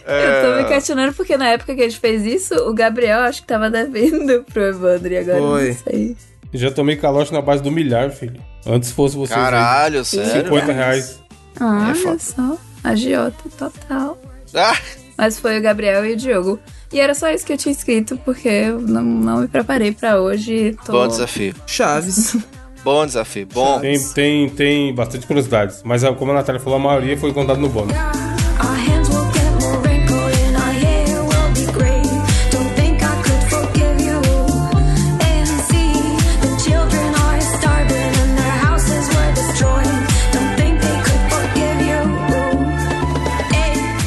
[SPEAKER 3] Eu tô
[SPEAKER 1] é.
[SPEAKER 3] me questionando porque na época que a gente fez isso, o Gabriel acho que tava devendo pro Evandro e agora
[SPEAKER 4] Foi.
[SPEAKER 3] não sei.
[SPEAKER 1] Já tomei calote na base do milhar, filho. Antes fosse vocês. aí.
[SPEAKER 2] Caralho, sério.
[SPEAKER 1] 50 reais.
[SPEAKER 3] Ah, Olha
[SPEAKER 2] É foda.
[SPEAKER 3] só, agiota total.
[SPEAKER 2] Ah,
[SPEAKER 3] Mas foi o Gabriel e o Diogo. E era só isso que eu tinha escrito, porque eu não, não me preparei pra hoje. Tô...
[SPEAKER 2] Bom desafio.
[SPEAKER 1] <laughs>
[SPEAKER 4] Chaves.
[SPEAKER 2] Bom desafio. Bom.
[SPEAKER 1] Tem, tem, tem bastante curiosidades. Mas ah, como a Natália falou, a maioria foi contada no bônus.
[SPEAKER 5] Our hands will get more wrinkled and our hair will be gray. Don't think I could forgive you. And see, the children are starving and their houses were destroyed. Don't think they could forgive you.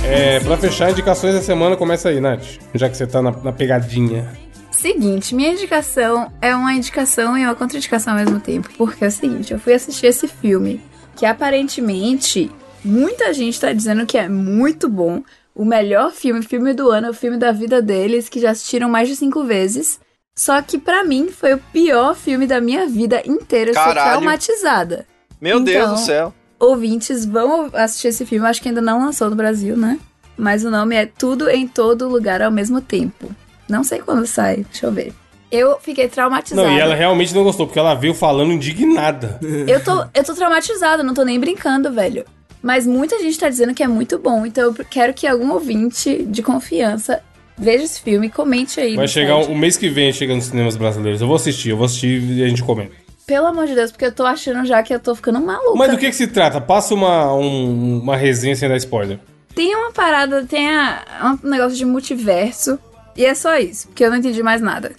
[SPEAKER 1] É, pra fechar, indicações da semana começa aí, Nath. Já que você tá na, na pegadinha.
[SPEAKER 3] Seguinte, minha indicação é uma indicação e uma contraindicação ao mesmo tempo. Porque é o seguinte, eu fui assistir esse filme, que aparentemente muita gente tá dizendo que é muito bom. O melhor filme, filme do ano, é o filme da vida deles, que já assistiram mais de cinco vezes. Só que pra mim foi o pior filme da minha vida inteira. Eu sou
[SPEAKER 2] Caralho.
[SPEAKER 3] traumatizada.
[SPEAKER 2] Meu Deus
[SPEAKER 3] Então,
[SPEAKER 2] do céu.
[SPEAKER 3] ouvintes vão assistir esse filme. Acho que ainda não lançou no Brasil, né? Mas o nome é Tudo em Todo Lugar ao Mesmo Tempo. Não sei quando sai, deixa eu ver. Eu fiquei traumatizada.
[SPEAKER 1] Não, e ela realmente não gostou, porque ela veio falando indignada.
[SPEAKER 3] eu, tô, eu tô traumatizada, não tô nem brincando, velho. Mas muita gente tá dizendo que é muito bom, então eu quero que algum ouvinte de confiança veja esse filme e comente aí.
[SPEAKER 1] Vai
[SPEAKER 3] no
[SPEAKER 1] chegar um-
[SPEAKER 3] site.
[SPEAKER 1] o mês que vem, chega nos cinemas brasileiros. Eu vou assistir, eu vou assistir e a gente comenta.
[SPEAKER 3] Pelo amor de Deus, porque eu tô achando já que eu tô ficando maluca.
[SPEAKER 1] Mas do que que se trata? Passa uma, um- uma resenha sem dar spoiler.
[SPEAKER 3] Tem uma parada, tem a- um negócio de multiverso. E é só isso, porque eu não entendi mais nada.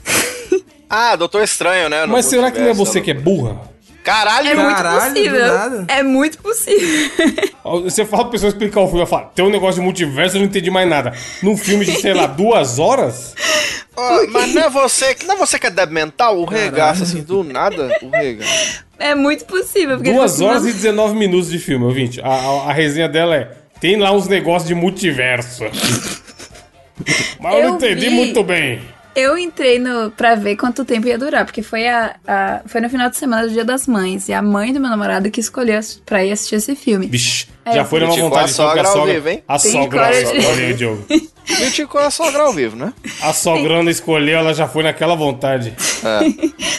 [SPEAKER 2] Ah, doutor estranho, né? no
[SPEAKER 1] Mas será que não é
[SPEAKER 2] multiverso,
[SPEAKER 1] você
[SPEAKER 2] né?
[SPEAKER 1] que é burra?
[SPEAKER 2] Caralho,
[SPEAKER 3] É
[SPEAKER 4] Caralho,
[SPEAKER 3] muito possível.
[SPEAKER 4] do nada.
[SPEAKER 3] É muito possível. <laughs>
[SPEAKER 1] Você fala pra pessoa explicar o filme, ela fala, tem um negócio de multiverso, eu não entendi mais nada. Num filme de, sei lá, duas horas?
[SPEAKER 2] ó, mas não é você que. Não é você que é deb mental? O regaço, assim, do nada. O regaço.
[SPEAKER 3] É muito possível. Porque
[SPEAKER 1] Duas
[SPEAKER 3] tipo,
[SPEAKER 1] horas
[SPEAKER 3] não-
[SPEAKER 1] e 19 minutos de filme, ouvinte. A, a, a resenha dela é: tem
[SPEAKER 3] <laughs>
[SPEAKER 1] lá uns negócios de multiverso. Mas eu, não
[SPEAKER 3] Eu
[SPEAKER 1] entendi
[SPEAKER 3] vi.
[SPEAKER 1] muito bem.
[SPEAKER 3] Eu entrei no, pra ver quanto tempo ia durar, porque foi, a, a- foi no final de semana do Dia das Mães. E a mãe do meu namorado que escolheu ass- pra ir assistir esse filme.
[SPEAKER 1] Vixe,
[SPEAKER 3] É.
[SPEAKER 1] já foi numa
[SPEAKER 2] Criticou
[SPEAKER 1] vontade
[SPEAKER 2] Tipo, a
[SPEAKER 1] tanto que
[SPEAKER 2] sogra ao vivo, hein?
[SPEAKER 1] A
[SPEAKER 3] Tem
[SPEAKER 1] sogra, a sogra,
[SPEAKER 3] história de-
[SPEAKER 1] olha aí,
[SPEAKER 3] <laughs>
[SPEAKER 1] Diogo.
[SPEAKER 2] Criticou a sogra ao vivo, né?
[SPEAKER 1] A sograna escolheu, ela já foi naquela vontade.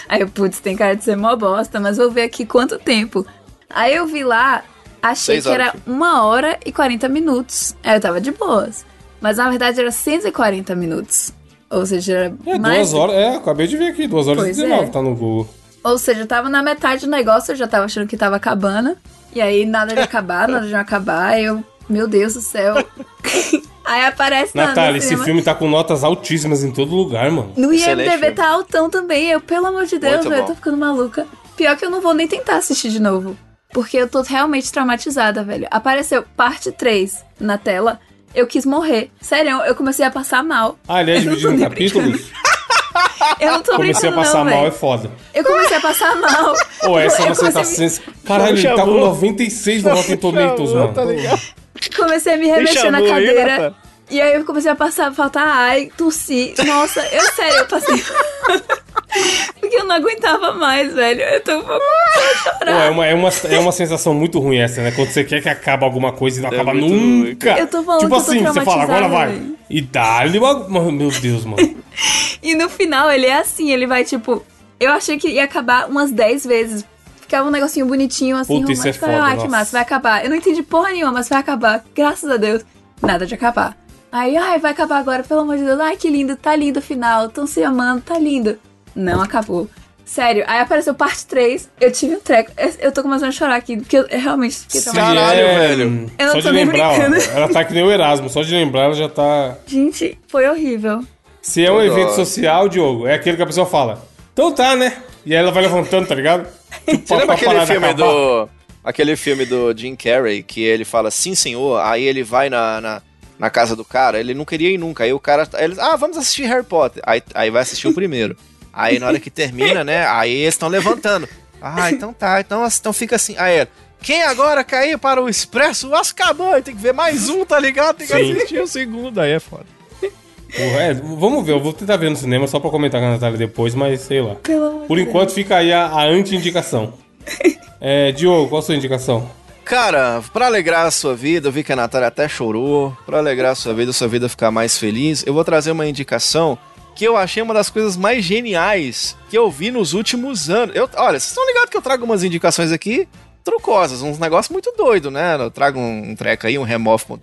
[SPEAKER 3] Aí eu, putz, tem cara de ser mó bosta, mas vou ver aqui quanto tempo. Aí eu vi lá, achei
[SPEAKER 2] Seis
[SPEAKER 3] que era
[SPEAKER 2] horas.
[SPEAKER 3] uma hora e 40 minutos. Aí eu tava de boas. Mas na verdade era 140 minutos. Ou seja, era
[SPEAKER 1] É,
[SPEAKER 3] mais.
[SPEAKER 1] duas horas. É, acabei de ver aqui, duas horas
[SPEAKER 3] Pois
[SPEAKER 1] e 19,
[SPEAKER 3] é.
[SPEAKER 1] tá no Google.
[SPEAKER 3] Ou seja, eu tava na metade do negócio, eu já tava achando que tava acabando. E aí nada de acabar, nada de acabar. Aí eu, meu Deus do céu. <laughs> aí aparece na- no
[SPEAKER 1] Natália, esse
[SPEAKER 3] cinema.
[SPEAKER 1] filme tá com notas altíssimas em todo lugar, mano.
[SPEAKER 3] No
[SPEAKER 2] Excelente
[SPEAKER 3] IMDB
[SPEAKER 2] filme.
[SPEAKER 3] tá altão também. Eu, pelo amor de Deus,
[SPEAKER 2] Muito
[SPEAKER 3] velho, eu
[SPEAKER 2] bom.
[SPEAKER 3] tô ficando maluca. Pior que eu não vou nem tentar assistir de novo. Porque eu tô realmente traumatizada, velho. Apareceu parte 3 na tela. Eu quis morrer. Sério, eu comecei a passar mal.
[SPEAKER 1] Ah, ele é
[SPEAKER 3] <laughs> Eu não tô
[SPEAKER 1] dividido em
[SPEAKER 3] nem brincando.
[SPEAKER 1] capítulos?
[SPEAKER 3] Eu não tô
[SPEAKER 1] Comecei a
[SPEAKER 3] brincando,
[SPEAKER 1] passar
[SPEAKER 3] não,
[SPEAKER 1] mal, é
[SPEAKER 3] velho.
[SPEAKER 1] foda.
[SPEAKER 3] Eu comecei a passar mal.
[SPEAKER 1] Ou essa
[SPEAKER 3] eu
[SPEAKER 1] você tá
[SPEAKER 3] comecei,
[SPEAKER 1] sens... Caralho, ele tá com
[SPEAKER 2] chamou.
[SPEAKER 1] 96 no Rotten Tomatoes,
[SPEAKER 2] Chamou,
[SPEAKER 1] mano.
[SPEAKER 2] tá ligado?
[SPEAKER 3] comecei a me remexer
[SPEAKER 2] chamou
[SPEAKER 3] na
[SPEAKER 2] aí,
[SPEAKER 3] cadeira.
[SPEAKER 2] Rafa?
[SPEAKER 3] e aí eu comecei a passar, faltar ar e tossi. Nossa, eu sério, eu passei. <laughs> Porque eu não aguentava mais, velho. Eu tô. um
[SPEAKER 1] Pô, é, uma, é, uma, é uma sensação muito ruim essa, né? Quando você quer que acabe alguma coisa e não acaba
[SPEAKER 2] É muito ruim,
[SPEAKER 1] nunca.
[SPEAKER 3] Eu tô falando
[SPEAKER 1] tipo
[SPEAKER 3] que eu tô
[SPEAKER 1] assim, você fala, agora
[SPEAKER 3] traumatizada, né?
[SPEAKER 1] vai.
[SPEAKER 3] velho.
[SPEAKER 1] E dá-lhe uma... Meu Deus,
[SPEAKER 3] <laughs>
[SPEAKER 1] mano.
[SPEAKER 3] E no final ele é assim, ele vai tipo. Eu achei que ia acabar umas 10 vezes. Ficava um negocinho bonitinho, assim,
[SPEAKER 1] Puta, isso é
[SPEAKER 3] romântico.
[SPEAKER 1] foda,
[SPEAKER 3] ah, que
[SPEAKER 1] nossa.
[SPEAKER 3] massa, vai acabar. Eu não entendi porra nenhuma, mas vai acabar. Graças a Deus. Nada de acabar. Aí, ai, vai acabar agora, pelo amor de Deus. Ai, que lindo, tá lindo o final. Tão se amando, tá lindo. Não acabou. Sério, aí apareceu parte 3, eu tive um treco. Eu tô começando a chorar aqui, porque eu eu realmente fiquei
[SPEAKER 1] Se
[SPEAKER 3] traumatizada.
[SPEAKER 2] Caralho, velho.
[SPEAKER 3] Eu
[SPEAKER 1] é,
[SPEAKER 3] não
[SPEAKER 1] Só
[SPEAKER 3] tô
[SPEAKER 1] de
[SPEAKER 3] nem
[SPEAKER 1] lembrar, ó,
[SPEAKER 3] brincando.
[SPEAKER 1] ela tá que nem o Erasmo. Só de lembrar, ela já tá...
[SPEAKER 3] Gente, foi horrível.
[SPEAKER 1] Se é um
[SPEAKER 2] Toda
[SPEAKER 1] evento
[SPEAKER 2] hora.
[SPEAKER 1] social, Diogo, é aquele que a pessoa fala, então tá, né? E aí ela vai levantando, tá
[SPEAKER 3] <laughs>
[SPEAKER 1] ligado? Tipo,
[SPEAKER 2] Você lembra
[SPEAKER 1] pra parar de
[SPEAKER 2] aquele filme
[SPEAKER 1] acabar.
[SPEAKER 2] do. Aquele filme do Jim Carrey que ele fala sim, senhor, aí ele vai na, na, na casa do cara, ele não queria ir nunca. Aí o cara. aí eles, ah, vamos assistir Harry Potter. Aí, aí vai assistir o primeiro. Aí na hora que termina, né? Aí eles estão levantando. Ah, então tá, então, então fica assim. Aí ele. Quem agora cair para o Expresso? Acabou, aí tem que ver mais um, tá ligado? Tem que
[SPEAKER 1] Sim.
[SPEAKER 2] assistir o segundo, aí é foda.
[SPEAKER 1] Porra, é, vamos ver, eu vou tentar ver no cinema só pra comentar com a Natália depois, mas sei lá.
[SPEAKER 3] Pelo amor
[SPEAKER 1] Por
[SPEAKER 3] de Deus.
[SPEAKER 1] enquanto fica aí a, a anti-indicação. É, Diogo, qual a sua indicação?
[SPEAKER 2] Cara, pra alegrar a sua vida, eu vi que a Natália até chorou. Pra alegrar a sua vida, sua vida ficar mais feliz, eu vou trazer uma indicação que eu achei uma das coisas mais geniais que eu vi nos últimos anos. Eu, olha, vocês estão ligados que eu trago umas indicações aqui trucosas, uns negócios muito doidos, né? Eu trago um, um treco aí, um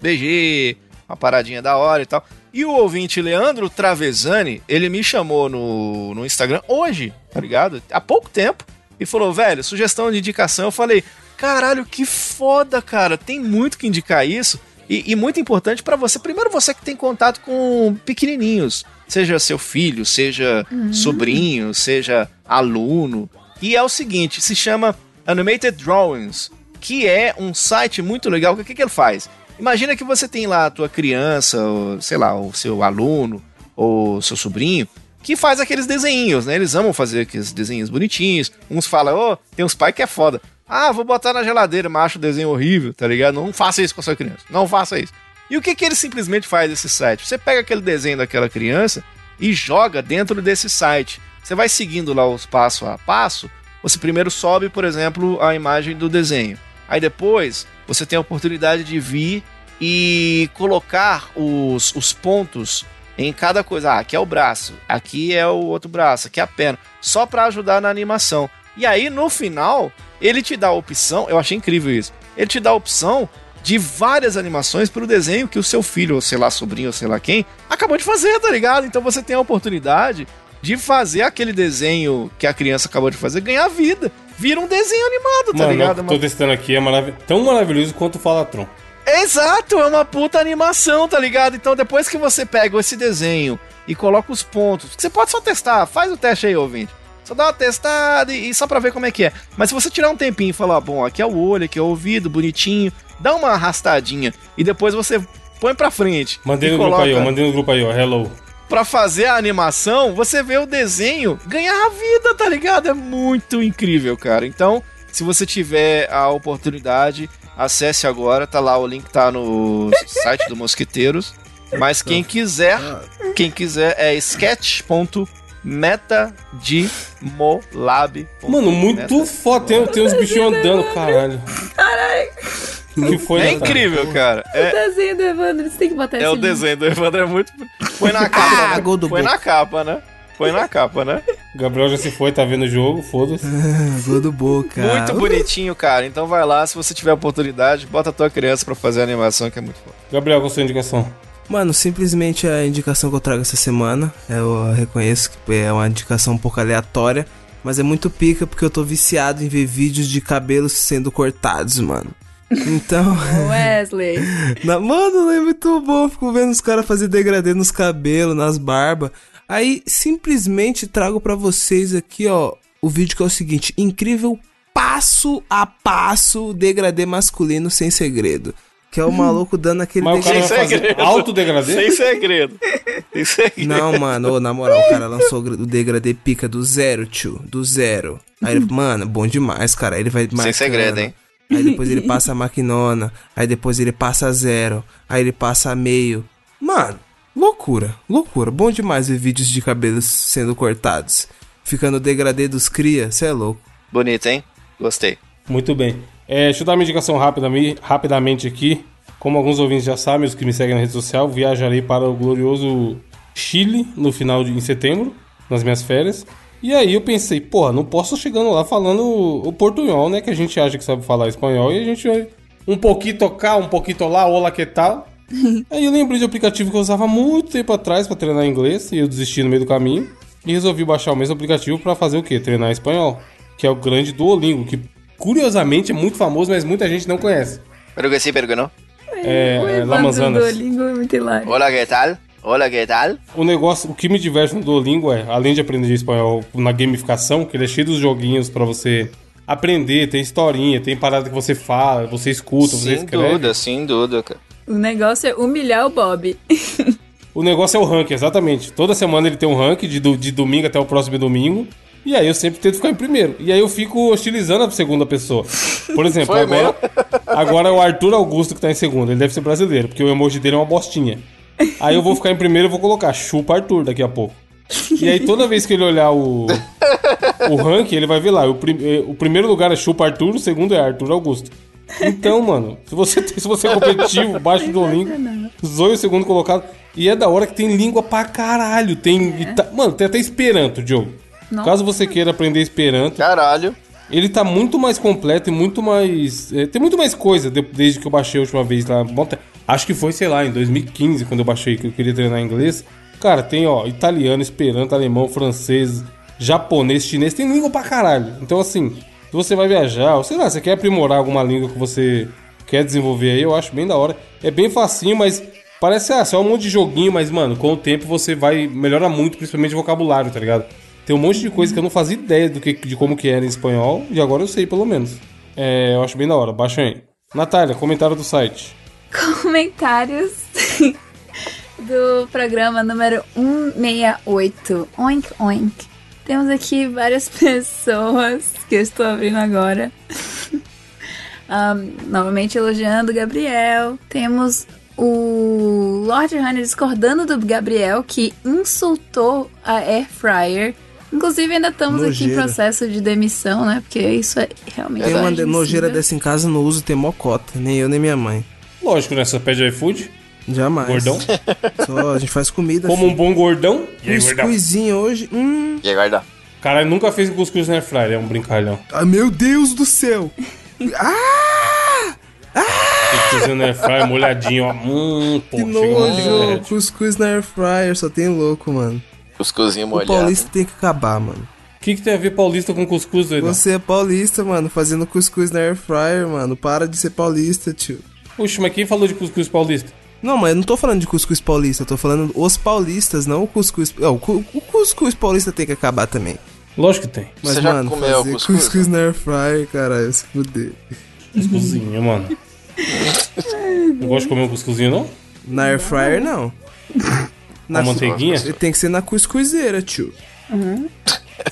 [SPEAKER 2] remove.bg, uma paradinha da hora e tal. E o ouvinte Leandro Travesani, ele me chamou no, no Instagram hoje, tá ligado? Há pouco tempo. E falou, velho, sugestão de indicação. Eu falei, caralho, que foda, cara. Tem muito que indicar isso. E, e muito importante pra você. Primeiro, você que tem contato com pequenininhos. Seja seu filho, seja sobrinho, seja aluno. E é o seguinte, se chama Animated Drawings, que é um site muito legal. O que, que ele faz? Imagina que você tem lá a tua criança, ou, sei lá, o seu aluno, ou seu sobrinho, que faz aqueles desenhinhos, né? Eles amam fazer aqueles desenhos bonitinhos. Uns falam, ô, tem uns pais que é foda. Ah, vou botar na geladeira, mas acho o desenho horrível, tá ligado? Não faça isso com a sua criança. Não faça isso. E o que, que ele simplesmente faz esse site? Você pega aquele desenho daquela criança e joga dentro desse site. Você vai seguindo lá os passo a passo. Você primeiro sobe, por exemplo, a imagem do desenho. Aí depois você tem a oportunidade de vir e colocar os, os pontos em cada coisa. Ah, aqui é o braço, aqui é o outro braço, aqui é a perna, só pra ajudar na animação. E aí no final, ele te dá a opção, eu achei incrível isso. Ele te dá a opção de várias animações pro desenho que o seu filho, ou sei lá, sobrinho, ou sei lá quem, acabou de fazer, tá ligado? Então você tem a oportunidade de fazer aquele desenho que a criança acabou de fazer ganhar vida. Vira um desenho animado, tá
[SPEAKER 1] Mano,
[SPEAKER 2] ligado?
[SPEAKER 1] eu
[SPEAKER 2] Uma
[SPEAKER 1] tô testando aqui, é marav- tão maravilhoso quanto o Falatron.
[SPEAKER 2] Exato, é uma puta animação, tá ligado? Então depois que você pega esse desenho e coloca os pontos, que você pode só testar, faz o teste aí, ouvinte. Só dá uma testada e, e só pra ver como é que é. Mas se você tirar um tempinho e falar, bom, aqui é o olho, aqui é o ouvido, bonitinho, dá uma arrastadinha e depois você põe pra frente.
[SPEAKER 1] Mandei
[SPEAKER 2] e
[SPEAKER 1] no grupo aí, ó, mandei no grupo aí, ó, hello.
[SPEAKER 2] Pra fazer a animação, você vê o desenho ganhar a vida, tá ligado? É muito incrível, cara. Então, se você tiver a <laughs> oportunidade, acesse agora, tá lá, o link tá no site do Mosqueteiros. Mas quem quiser,
[SPEAKER 1] Ah.
[SPEAKER 2] quem quiser é sketch.metadimolab.
[SPEAKER 1] Mano,
[SPEAKER 2] É
[SPEAKER 1] muito foda. Tem, tem uns bichinhos andando, caralho.
[SPEAKER 3] Caralho,
[SPEAKER 1] Que foi, né,
[SPEAKER 2] É
[SPEAKER 1] Natália?
[SPEAKER 2] incrível, cara.
[SPEAKER 3] o
[SPEAKER 2] É,
[SPEAKER 3] desenho do Evandro, você tem que botar
[SPEAKER 2] é
[SPEAKER 3] esse
[SPEAKER 2] o
[SPEAKER 3] link.
[SPEAKER 2] desenho do Evandro, é muito. Põe na capa.
[SPEAKER 4] Ah,
[SPEAKER 2] né?
[SPEAKER 4] gol do
[SPEAKER 2] Põe
[SPEAKER 4] Boca.
[SPEAKER 2] na capa, né? Põe na capa, né?
[SPEAKER 1] Gabriel já se foi, tá vendo o jogo, foda-se.
[SPEAKER 4] Gol do Boca.
[SPEAKER 2] Muito bonitinho, cara. Então vai lá, se você tiver oportunidade, bota a tua criança pra fazer a animação, que é muito foda.
[SPEAKER 1] Gabriel, qual a sua indicação?
[SPEAKER 4] Mano, simplesmente é a indicação que eu trago essa semana, eu reconheço que é uma indicação um pouco aleatória, mas é muito pica porque eu tô viciado em ver vídeos de cabelos sendo cortados, mano.
[SPEAKER 1] <laughs>
[SPEAKER 4] Então, <laughs>
[SPEAKER 3] Wesley.
[SPEAKER 4] na- mano, é muito bom, eu fico vendo os caras fazer degradê nos cabelos, nas barbas. Aí, simplesmente trago pra vocês aqui, ó, o vídeo que é o seguinte, incrível passo a passo degradê masculino sem segredo. Que
[SPEAKER 1] <laughs>
[SPEAKER 4] é o maluco dando aquele
[SPEAKER 1] Mas o cara vai
[SPEAKER 2] Sem
[SPEAKER 1] fazer
[SPEAKER 2] segredo.
[SPEAKER 1] autodegradê?
[SPEAKER 2] Sem segredo. Sem segredo.
[SPEAKER 4] Não, mano, ô, na moral, o cara lançou o gra- o degradê pica do zero, tio. Do zero. Aí ele, mano, bom demais, cara. Aí ele vai marcando.
[SPEAKER 2] segredo, hein?
[SPEAKER 4] Aí depois ele passa a maquinona. Aí depois ele passa a zero. Aí ele passa a meio. Mano, loucura, loucura. Bom demais ver vídeos de cabelos sendo cortados. Ficando o degradê dos cria, cê é louco.
[SPEAKER 2] Bonito, hein? Gostei.
[SPEAKER 1] Muito bem. É, deixa eu dar uma indicação rápida, mi- rapidamente aqui. Como alguns ouvintes já sabem, os que me seguem na rede social, viajarei para o glorioso Chile no final de em setembro, nas minhas férias. E aí eu pensei, porra, não posso chegando lá falando o o portunhol, né? Que a gente acha que sabe falar espanhol e a gente vai um pouquinho cá, um pouquinho lá, olá que tal. aí eu lembrei de um aplicativo que eu usava muito tempo atrás para treinar inglês e eu desisti no meio do caminho e resolvi baixar o mesmo aplicativo para fazer o quê? Treinar espanhol, que é o grande Duolingo, que curiosamente é muito famoso, mas muita gente não conhece.
[SPEAKER 2] Pero que sí, pero que no.
[SPEAKER 1] É,
[SPEAKER 3] o
[SPEAKER 1] é,
[SPEAKER 3] Evandro do
[SPEAKER 1] Lamazanas.
[SPEAKER 3] Duolingo é muito hilário.
[SPEAKER 2] Hola, que tal? Hola, que tal?
[SPEAKER 1] O negócio, o que me diverte no Duolingo é, além de aprender espanhol na gamificação, que ele é cheio dos joguinhos pra você aprender, tem historinha, tem parada que você fala, você escuta, você
[SPEAKER 2] Sem
[SPEAKER 1] escreve.
[SPEAKER 2] dúvida, sem dúvida, cara.
[SPEAKER 3] O negócio é humilhar o Bob.
[SPEAKER 1] O negócio é o ranking, exatamente. Toda semana ele tem um ranking, de, do- de domingo até o próximo domingo. E aí eu sempre tento ficar em primeiro. E aí eu fico hostilizando a segunda pessoa. Por exemplo,
[SPEAKER 2] Foi
[SPEAKER 1] agora, <laughs> agora é o Arthur Augusto que tá em segundo. Ele deve ser brasileiro, porque o emoji dele é uma bostinha. Aí eu vou ficar em primeiro e vou colocar chupa Arthur daqui a pouco. E aí toda vez que ele olhar o, o ranking, ele vai ver lá. O, prim- eh, o primeiro lugar é chupa Arthur, o segundo é Arthur Augusto. Então, mano, se você, tem- se você é competitivo, baixa o Duolingo, zoe o segundo colocado. E é da hora que tem língua pra caralho. Tem. ita- Mano, tem até Esperanto, Diogo.
[SPEAKER 3] Nossa.
[SPEAKER 1] Caso você queira aprender Esperanto,
[SPEAKER 2] Caralho.
[SPEAKER 1] ele tá muito mais completo e muito mais. eh, tem muito mais coisa de- desde que eu baixei a última vez lá. Bom te- Acho que foi, sei lá, em 2015, quando eu baixei, que eu queria treinar inglês. Cara, tem, ó, italiano, esperanto, alemão, francês, japonês, chinês, tem língua pra caralho. Então, assim, se você vai viajar, ou sei lá, você quer aprimorar alguma língua que você quer desenvolver aí, eu acho bem da hora. É bem facinho, mas parece, ah, só um monte de joguinho, mas, mano, com o tempo você vai. melhora muito, principalmente vocabulário, tá ligado? Tem um monte de coisa que eu não fazia ideia do que, de como que era em espanhol, e agora eu sei, pelo menos. É, eu acho bem da hora, baixa aí. Natália, comentário do site.
[SPEAKER 3] <laughs> Comentários <laughs> do programa número 168. Oink, oink. Temos aqui várias <laughs> pessoas que eu estou abrindo agora. <laughs> Ahn, novamente elogiando o Gabriel. Temos o Lord Hunter discordando do Gabriel, que insultou a Air Fryer. Inclusive, ainda estamos aqui em
[SPEAKER 4] Nojeira.
[SPEAKER 3] processo de demissão, né? Porque isso é realmente.
[SPEAKER 4] Tem uma de-
[SPEAKER 3] admissível.
[SPEAKER 4] nojeira dessa em casa, não uso, tem mocota. Nem eu, nem minha mãe.
[SPEAKER 1] Lógico, né? Só pede iFood,
[SPEAKER 4] Jamais. <laughs>
[SPEAKER 1] gordão.
[SPEAKER 4] Só a gente faz comida.
[SPEAKER 1] Como um
[SPEAKER 4] filho.
[SPEAKER 1] bom gordão. E aí, gordão?
[SPEAKER 4] Cuscuzinho hoje. Hum.
[SPEAKER 2] E guarda.
[SPEAKER 1] Cara, eu nunca fez cuscuz na airfryer, é um brincalhão.
[SPEAKER 4] Ah, meu Deus do céu! Ah!
[SPEAKER 1] Cuscuz na airfryer, molhadinho, ó. Hum, pô,
[SPEAKER 4] Que
[SPEAKER 1] chega uma
[SPEAKER 4] nojo!
[SPEAKER 1] derrete.
[SPEAKER 4] Cuscuz na air fryer, só tem louco, mano.
[SPEAKER 2] Os cozinhos
[SPEAKER 4] O paulista tem que acabar, mano.
[SPEAKER 1] O que, que tem a ver paulista com cuscuz, doidão?
[SPEAKER 4] Você é paulista, mano, fazendo cuscuz na air fryer, mano. Para de ser paulista, tio.
[SPEAKER 1] Puxa, mas quem falou de cuscuz paulista?
[SPEAKER 4] Não, mas eu não tô falando de cuscuz paulista, eu tô falando os paulistas, não o cuscuz. Não, o cu- o cuscuz paulista tem que acabar também.
[SPEAKER 1] Lógico que tem.
[SPEAKER 4] Mas,
[SPEAKER 2] Você já
[SPEAKER 4] mano,
[SPEAKER 2] comeu
[SPEAKER 4] fazer
[SPEAKER 2] cuscuz?
[SPEAKER 4] cuscuz, na air fryer, caralho, se fuder.
[SPEAKER 1] Cuscuzinho, mano. Não gosta de comer um cuscuzinho, não?
[SPEAKER 4] Na air fryer, não.
[SPEAKER 1] Uma manteiguinha?
[SPEAKER 4] Tem que ser na cuscuzeira, tio.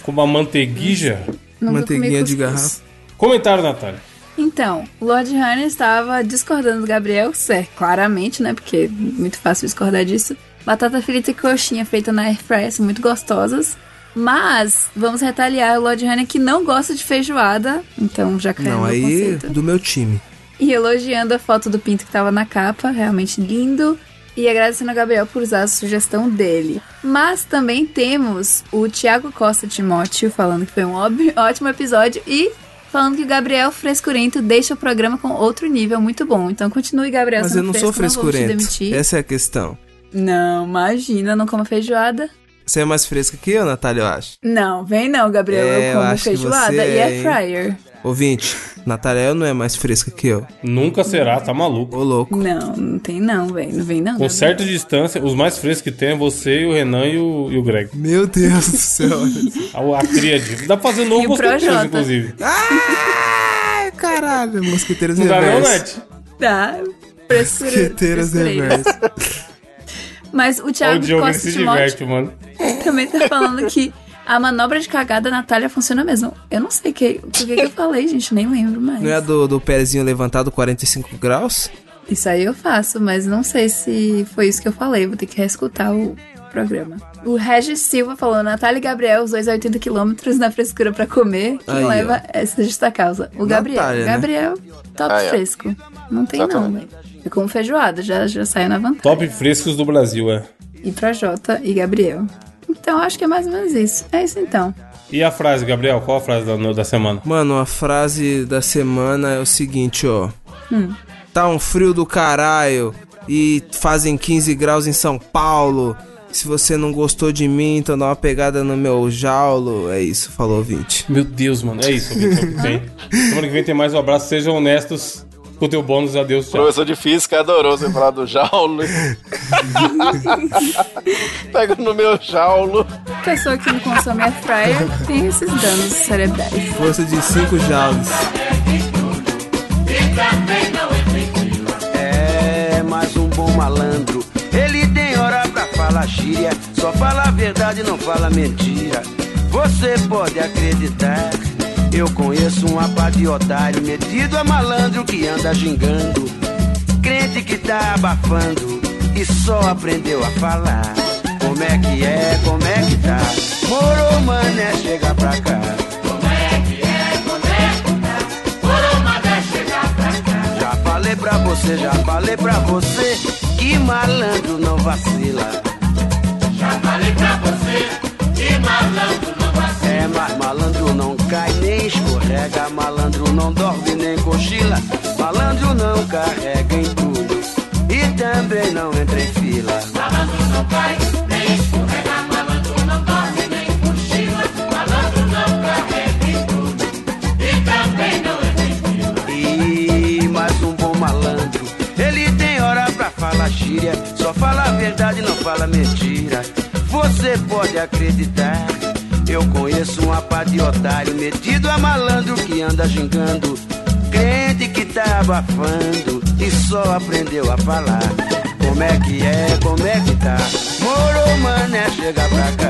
[SPEAKER 1] Com uma manteiguija?
[SPEAKER 3] Nunca comi
[SPEAKER 4] Manteiguinha
[SPEAKER 3] cuscuz.
[SPEAKER 4] de garrafa.
[SPEAKER 1] Comentário, Natália.
[SPEAKER 3] Então, Lord Hanner estava discordando do Gabriel, certo, claramente, né? Porque é muito fácil discordar disso. Batata frita e coxinha feita na air fryer são muito gostosas. Mas vamos retaliar o Lord Hanner que não gosta de feijoada. Então já caiu
[SPEAKER 4] Não,
[SPEAKER 3] no
[SPEAKER 4] aí
[SPEAKER 3] conceito.
[SPEAKER 4] do meu time.
[SPEAKER 3] E elogiando a foto do pinto que tava na capa, realmente lindo. E agradecendo a Gabriel por usar a sugestão dele. Mas também temos o Thiago Costa Timóteo falando que foi um óbvio- <laughs> ótimo episódio e falando que o Gabriel Frescurento deixa o programa com outro nível muito bom. Então continue, Gabriel.
[SPEAKER 4] Mas
[SPEAKER 3] sendo
[SPEAKER 4] eu não sou
[SPEAKER 3] fresco, Não,
[SPEAKER 4] frescurento.
[SPEAKER 3] vamos te demitir.
[SPEAKER 4] Essa é a questão.
[SPEAKER 3] não, imagina, não coma feijoada.
[SPEAKER 4] Você é mais fresca que eu, Natália, eu acho.
[SPEAKER 3] Não, vem não, Gabriel.
[SPEAKER 4] É, eu
[SPEAKER 3] eu como
[SPEAKER 4] acho que
[SPEAKER 3] feijoada
[SPEAKER 4] você
[SPEAKER 3] e
[SPEAKER 4] é,
[SPEAKER 3] air fryer.
[SPEAKER 4] Ouvinte, Natália eu não é mais fresca que eu.
[SPEAKER 1] Nunca será, tá maluco.
[SPEAKER 4] Ô, louco.
[SPEAKER 3] Não, não tem não, velho. Não vem não.
[SPEAKER 1] Com
[SPEAKER 3] Gabriel.
[SPEAKER 1] certa distância, os mais frescos que tem é você, o Renan e o, e o Greg.
[SPEAKER 4] Meu Deus do céu.
[SPEAKER 1] A, a tríade. Dá pra fazer
[SPEAKER 3] E
[SPEAKER 1] novo
[SPEAKER 3] o
[SPEAKER 1] mosqueteiros,
[SPEAKER 3] Projota.
[SPEAKER 1] inclusive.
[SPEAKER 4] <laughs> Tá. Ai, caralho. Mosqueteiros
[SPEAKER 1] Não dá não,
[SPEAKER 4] reverso.
[SPEAKER 1] Nath?
[SPEAKER 3] Tá. Frescura.
[SPEAKER 4] Mosqueteiros
[SPEAKER 3] frescurento.
[SPEAKER 4] reverso.
[SPEAKER 3] <laughs> Mas o
[SPEAKER 1] Ó, O
[SPEAKER 3] Thiago
[SPEAKER 1] Diogo ele
[SPEAKER 3] Costa
[SPEAKER 1] se
[SPEAKER 3] Timóteo
[SPEAKER 1] diverte, mano.
[SPEAKER 3] também tá falando que a manobra de cagada da Natália funciona mesmo. Eu não sei que, o que, que eu falei, gente, nem lembro mais.
[SPEAKER 4] Não é a do, do pezinho levantado 45 graus?
[SPEAKER 3] Isso aí eu faço, mas não sei se foi isso que eu falei. Vou ter que reescutar o programa. O Regis Silva falou: Natália e Gabriel, os dois a 80 quilômetros na frescura pra comer. Quem
[SPEAKER 4] Aí, ó.
[SPEAKER 3] leva é essa justa causa? O Gabriel.
[SPEAKER 4] Natália, né?
[SPEAKER 3] Gabriel, top
[SPEAKER 6] Aí, ó.
[SPEAKER 3] fresco. Não tem não, velho.
[SPEAKER 6] Exatamente.
[SPEAKER 3] Eu como feijoada, já, já saiu na vantagem.
[SPEAKER 1] Top frescos do Brasil, é.
[SPEAKER 3] E pra Jota e Gabriel. Então acho que é mais ou menos isso. É isso então.
[SPEAKER 1] E a frase, Gabriel? Qual a frase da, no- da semana?
[SPEAKER 4] Mano, a frase da semana é o seguinte, ó. Tá um frio do caralho e fazem 15 graus em São Paulo. Se você não gostou de mim, então dá uma pegada no meu jaulo. É isso, falou ouvinte.
[SPEAKER 1] Meu Deus, mano. É isso, ouvinte,
[SPEAKER 3] <laughs>
[SPEAKER 1] semana que vem. Semana que vem tem mais um abraço. Sejam honestos. Com o teu bônus, adeus, tchau.
[SPEAKER 6] Professor de física adorou você falar do Jaulo. Pega no meu Jaulo.
[SPEAKER 3] Pessoa que não consome air fryer tem esses danos cerebrais.
[SPEAKER 4] Força de 5 jaulos.
[SPEAKER 7] É mais um bom malandro. Ele tem hora pra falar gíria, só fala a verdade, não fala mentira. Você pode acreditar, eu conheço um pá de otário, metido a malandro que anda gingando. Crente que tá abafando e só aprendeu a falar. Como é que é, como é que tá? Moro, mané, chega pra cá. Já falei pra você, já falei pra você que malandro não vacila. Já falei pra você que malandro não vacila. É, mas malandro não cai nem escorrega, malandro não dorme nem cochila, malandro não carrega em tudo e também não entra em fila. E mais um bom malandro. Ele tem hora pra falar gíria, só fala a verdade, não fala mentira. Você pode acreditar. Eu conheço um pá de otário, metido a malandro que anda gingando. Crente que tá abafando e só aprendeu a falar. Como é que é, como é que tá? Moro, mané, chega pra cá.